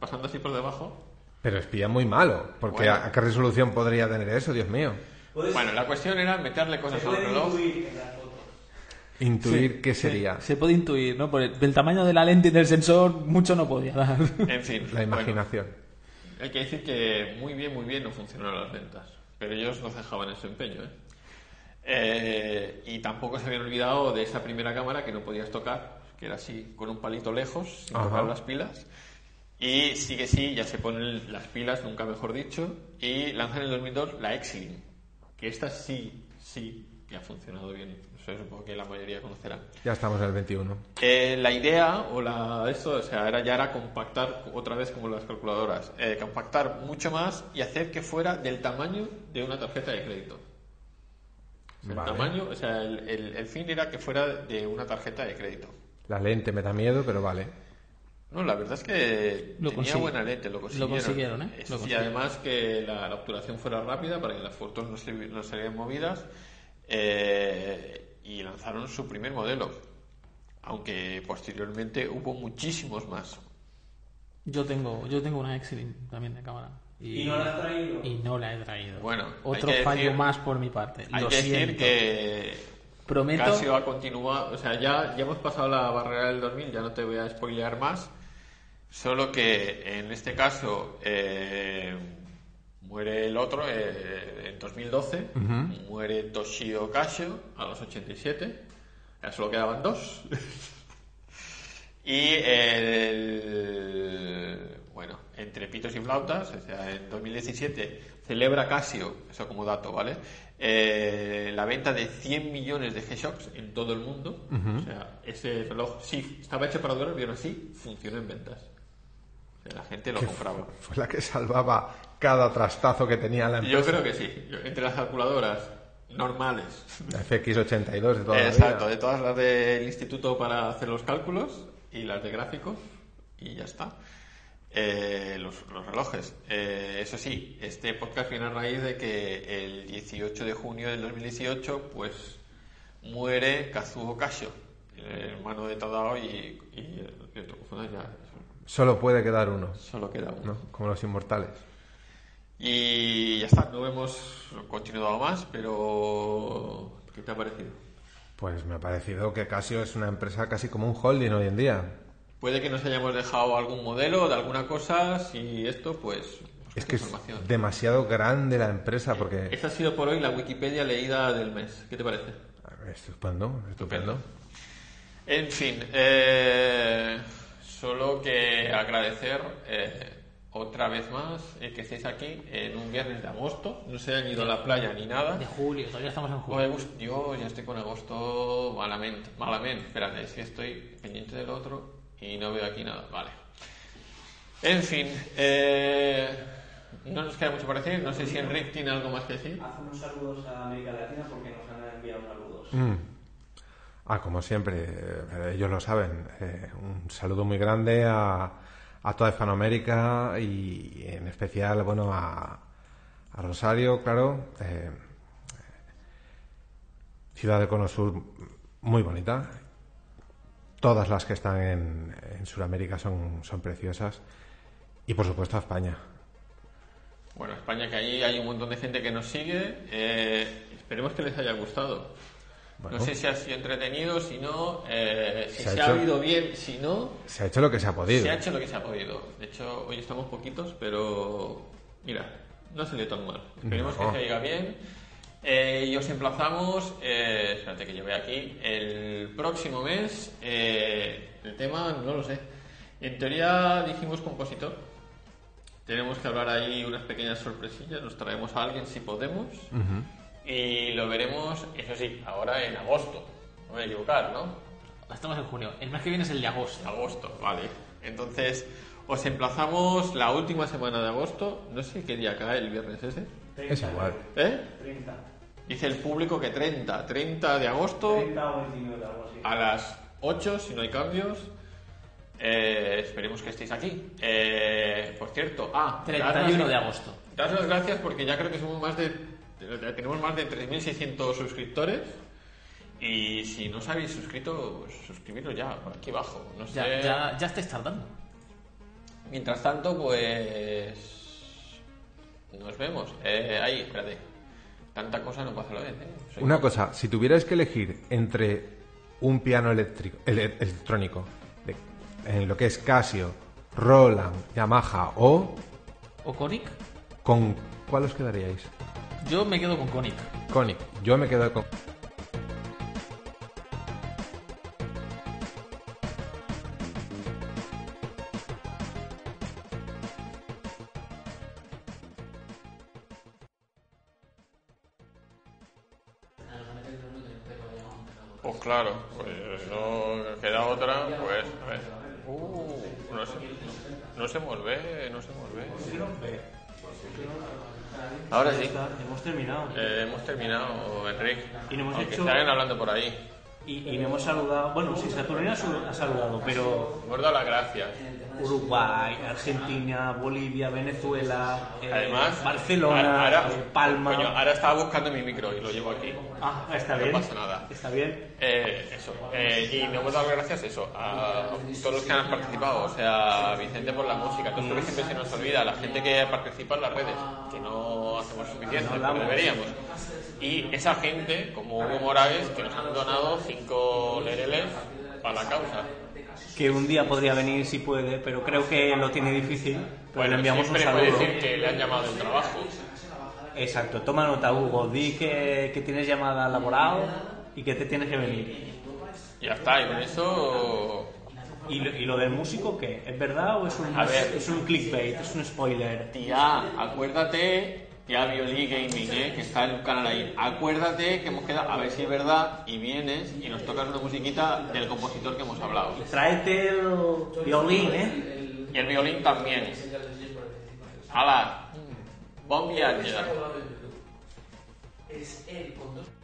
A: Pasando así por debajo.
D: Pero espía muy malo. Porque
A: Bueno.
D: ¿a a qué resolución podría tener eso, Dios mío?
F: Puedes,
A: Bueno, la cuestión era meterle
F: se
A: cosas al
F: puede
A: reloj.
F: incluir en las fotos.
D: Intuir qué sería.
C: Se puede intuir, ¿no? Por el, del tamaño de la lente y del sensor, mucho no podía dar.
A: En fin.
D: La
A: bueno.
D: imaginación.
A: Hay que decir que muy bien, muy bien no funcionaron las ventas, pero ellos no cejaban en su empeño. ¿eh? Eh, y tampoco se habían olvidado de esa primera cámara que no podías tocar, que era así, con un palito lejos, sin
D: Ajá.
A: tocar las pilas. Y sí que sí, ya se ponen las pilas, nunca mejor dicho, y lanzan en el 2002 la Exilin, que esta sí, sí, que ha funcionado bien, eso es supongo que la mayoría conocerá.
D: Ya estamos en el 21.
A: Eh, la idea o la esto, o sea, era ya era compactar otra vez como las calculadoras, eh, compactar mucho más y hacer que fuera del tamaño de una tarjeta de crédito. O sea,
D: Vale.
A: El tamaño, o sea, el, el- el fin era que fuera de una tarjeta de crédito.
D: La lente me da miedo, pero vale.
A: No, la verdad es que
C: Lo
A: tenía
C: consigui-
A: buena lente, lo
C: lo
A: consiguieron.
C: consiguieron, ¿eh?
A: Es-
C: Lo
A: y
C: consiguieron.
A: además que la, la obturación fuera rápida para que las fotos no se, no se vieran movidas. eh, y lanzaron su primer modelo. Aunque posteriormente hubo muchísimos más.
C: Yo tengo, yo tengo una Exilin también de cámara.
F: Y no la has traído.
C: y no la he traído.
A: Bueno, hay
C: otro
A: que
C: fallo
A: decir-
C: más por mi parte.
A: Hay
C: Lo
A: que decir
C: siento.
A: que
C: Prometo-
A: Casio ha continuado, o sea, ya, ya hemos pasado la barrera del 2000, ya no te voy a spoilear más, solo que en este caso eh, Muere el otro eh, en 2012, muere Toshio Kasho a los 87, ya solo quedaban dos. y el- bueno, entre pitos y flautas, o sea, en 2017 celebra Casio, eso como dato, ¿vale? Eh, la venta de 100 millones de G-Shocks en todo el mundo. O sea, ese reloj sí estaba hecho para durar, vieron así, funcionó en ventas. O sea, la gente lo compraba.
D: Fue la que salvaba cada trastazo que tenía la
A: Yo
D: empresa.
A: creo que sí. Yo- Entre las calculadoras normales.
D: La FX82 de toda
A: Exacto,
D: la vida.
A: de todas las del instituto para hacer los cálculos y las de gráficos y ya está. Eh, los, los relojes. Eh, eso sí, este podcast viene a raíz de que el 18 de junio del 2018 pues muere Kazuo Kasho, el hermano de Tadao y, y el otro cofundador ya
D: Solo puede quedar uno,
A: solo queda uno.
D: ¿no? Como los inmortales.
A: Y ya está, no hemos continuado más, pero ¿qué te ha parecido?
D: Pues me ha parecido que Casio es una empresa casi como un holding hoy en día.
A: Puede que nos hayamos dejado algún modelo de alguna cosa, si esto, pues...
D: Es que es
A: información.
D: demasiado grande la empresa porque...
A: Esta ha sido por hoy la Wikipedia leída del mes. ¿Qué te parece?
D: Estupendo, estupendo.
A: En fin, eh, solo que agradecer eh, otra vez más eh, que estéis aquí en un viernes de agosto. No se hayan ido a la playa ni nada.
C: De julio, todavía estamos en
A: Joder,
C: julio.
A: Agus- Yo ya estoy con agosto malamente, malamente. Espérate, es que estoy pendiente del otro y no veo aquí nada. Vale. En fin, eh, no nos queda mucho por decir. No sé si Enrique tiene algo más que decir.
F: Haz unos saludos a América Latina porque nos han enviado saludos.
D: Mm. Ah, como siempre, eh, ellos lo saben. Eh, un saludo muy grande a, a toda Hispanoamérica y en especial, bueno, a, a Rosario, claro. eh, ciudad del Cono Sur muy bonita. Todas las que están en, en Sudamérica son, son preciosas. Y por supuesto a España.
A: Bueno, España, que ahí hay un montón de gente que nos sigue. Eh, esperemos que les haya gustado.
D: Bueno.
A: No sé si ha sido entretenido, si no, eh, si
D: Se
A: se,
D: ha
A: ha
D: hecho-
A: oído bien, si no,
D: Se ha hecho lo que se ha podido.
A: se ha hecho lo que se ha podido. De hecho, hoy estamos poquitos, pero mira, no ha salido tan mal. Esperemos
D: No.
A: que se oiga bien. Eh, y os emplazamos, eh, espérate que lleve aquí, el próximo mes. eh, el tema, no lo sé. En teoría dijimos compositor. Tenemos que hablar ahí unas pequeñas sorpresillas. Nos traemos a alguien si podemos. Y lo veremos, eso sí, ahora en agosto. No me voy a equivocar, ¿no?
C: Estamos en junio. El mes que viene es el de agosto.
A: agosto, vale. Entonces, os emplazamos la última semana de agosto. No sé qué día cae el viernes ese.
D: Es igual.
A: ¿Eh?
F: 30.
A: Dice el público que 30, 30 de agosto
F: 30 o 29, algo así.
A: a las 8, si no hay cambios. Eh, esperemos que estéis aquí. Eh, por cierto, ah,
C: 31 de agosto.
A: Daros las gracias porque ya creo que somos más de, de- tenemos más de 3.600 suscriptores. Y si no os habéis suscrito, suscribiros ya, por aquí abajo. No sé.
C: Ya,
A: Eh.
C: ya, ya estáis tardando.
A: Mientras tanto, pues. Nos vemos. Eh, ahí, espérate. Tanta cosa no pasa a la vez, ¿eh? Soy-
D: Una cosa, si tuvierais que elegir entre un piano eléctrico, ele- electrónico, de- en lo que es Casio, Roland, Yamaha o
C: ¿O Conic?
D: con ¿cuál os quedaríais?
C: Yo me quedo con Conic.
D: Conic. Yo me quedo con
A: Pues claro, pues no queda otra, pues. A ver. Uh, no se, no se mueve, no se mueve. Ahora sí,
G: Hemos terminado.
A: eh, hemos terminado, Enrique.
G: Y no hemos
A: Aunque
G: hecho-
A: salgan hablando por ahí.
G: Y, y no hemos saludado. Bueno, sí, Saturnina su- ha saludado, pero
A: Hemos dado las gracias.
G: Eh, Uruguay, Argentina, Bolivia, Venezuela, eh,
A: Además,
G: Barcelona,
A: ahora-
G: eh, Palma.
A: coño, ahora estaba buscando mi micro y lo llevo aquí.
G: ah, está
A: no
G: bien.
A: pasa nada.
G: Está bien.
A: Eh, eso. Eh, y no hemos dado las gracias eso, a todos los que han participado, o sea, a Vicente por la música, todo esto que siempre se nos olvida, a la gente que participa en las redes, que no hacemos suficiente, pero deberíamos. Y esa
G: Pues
A: gente, como Hugo Morales, que nos han donado cinco lereles para la causa.
G: que un día podría venir si puede, pero creo que lo tiene difícil. Pero
A: Bueno,
G: le enviamos un
A: siempre puede
G: saludo.
A: decir que le han llamado del trabajo.
G: Exacto, toma nota, Hugo. Di que, que tienes llamada laboral y que te tienes que venir.
A: Ya está, y con eso.
G: ¿Y lo, y lo del músico qué? ¿Es verdad o es un,
A: A ver.
G: es un clickbait? ¿Es un spoiler?
A: Tía, acuérdate que ha Violí Gaming, ¿eh? que está en un canal ahí. Acuérdate que hemos quedado, a ver si es verdad, y vienes y nos tocas una musiquita del compositor que hemos hablado.
G: Tráete el violín, ¿eh?
A: Y el violín también. ¡Hala! ¡Bon viaje!
H: Es él con dos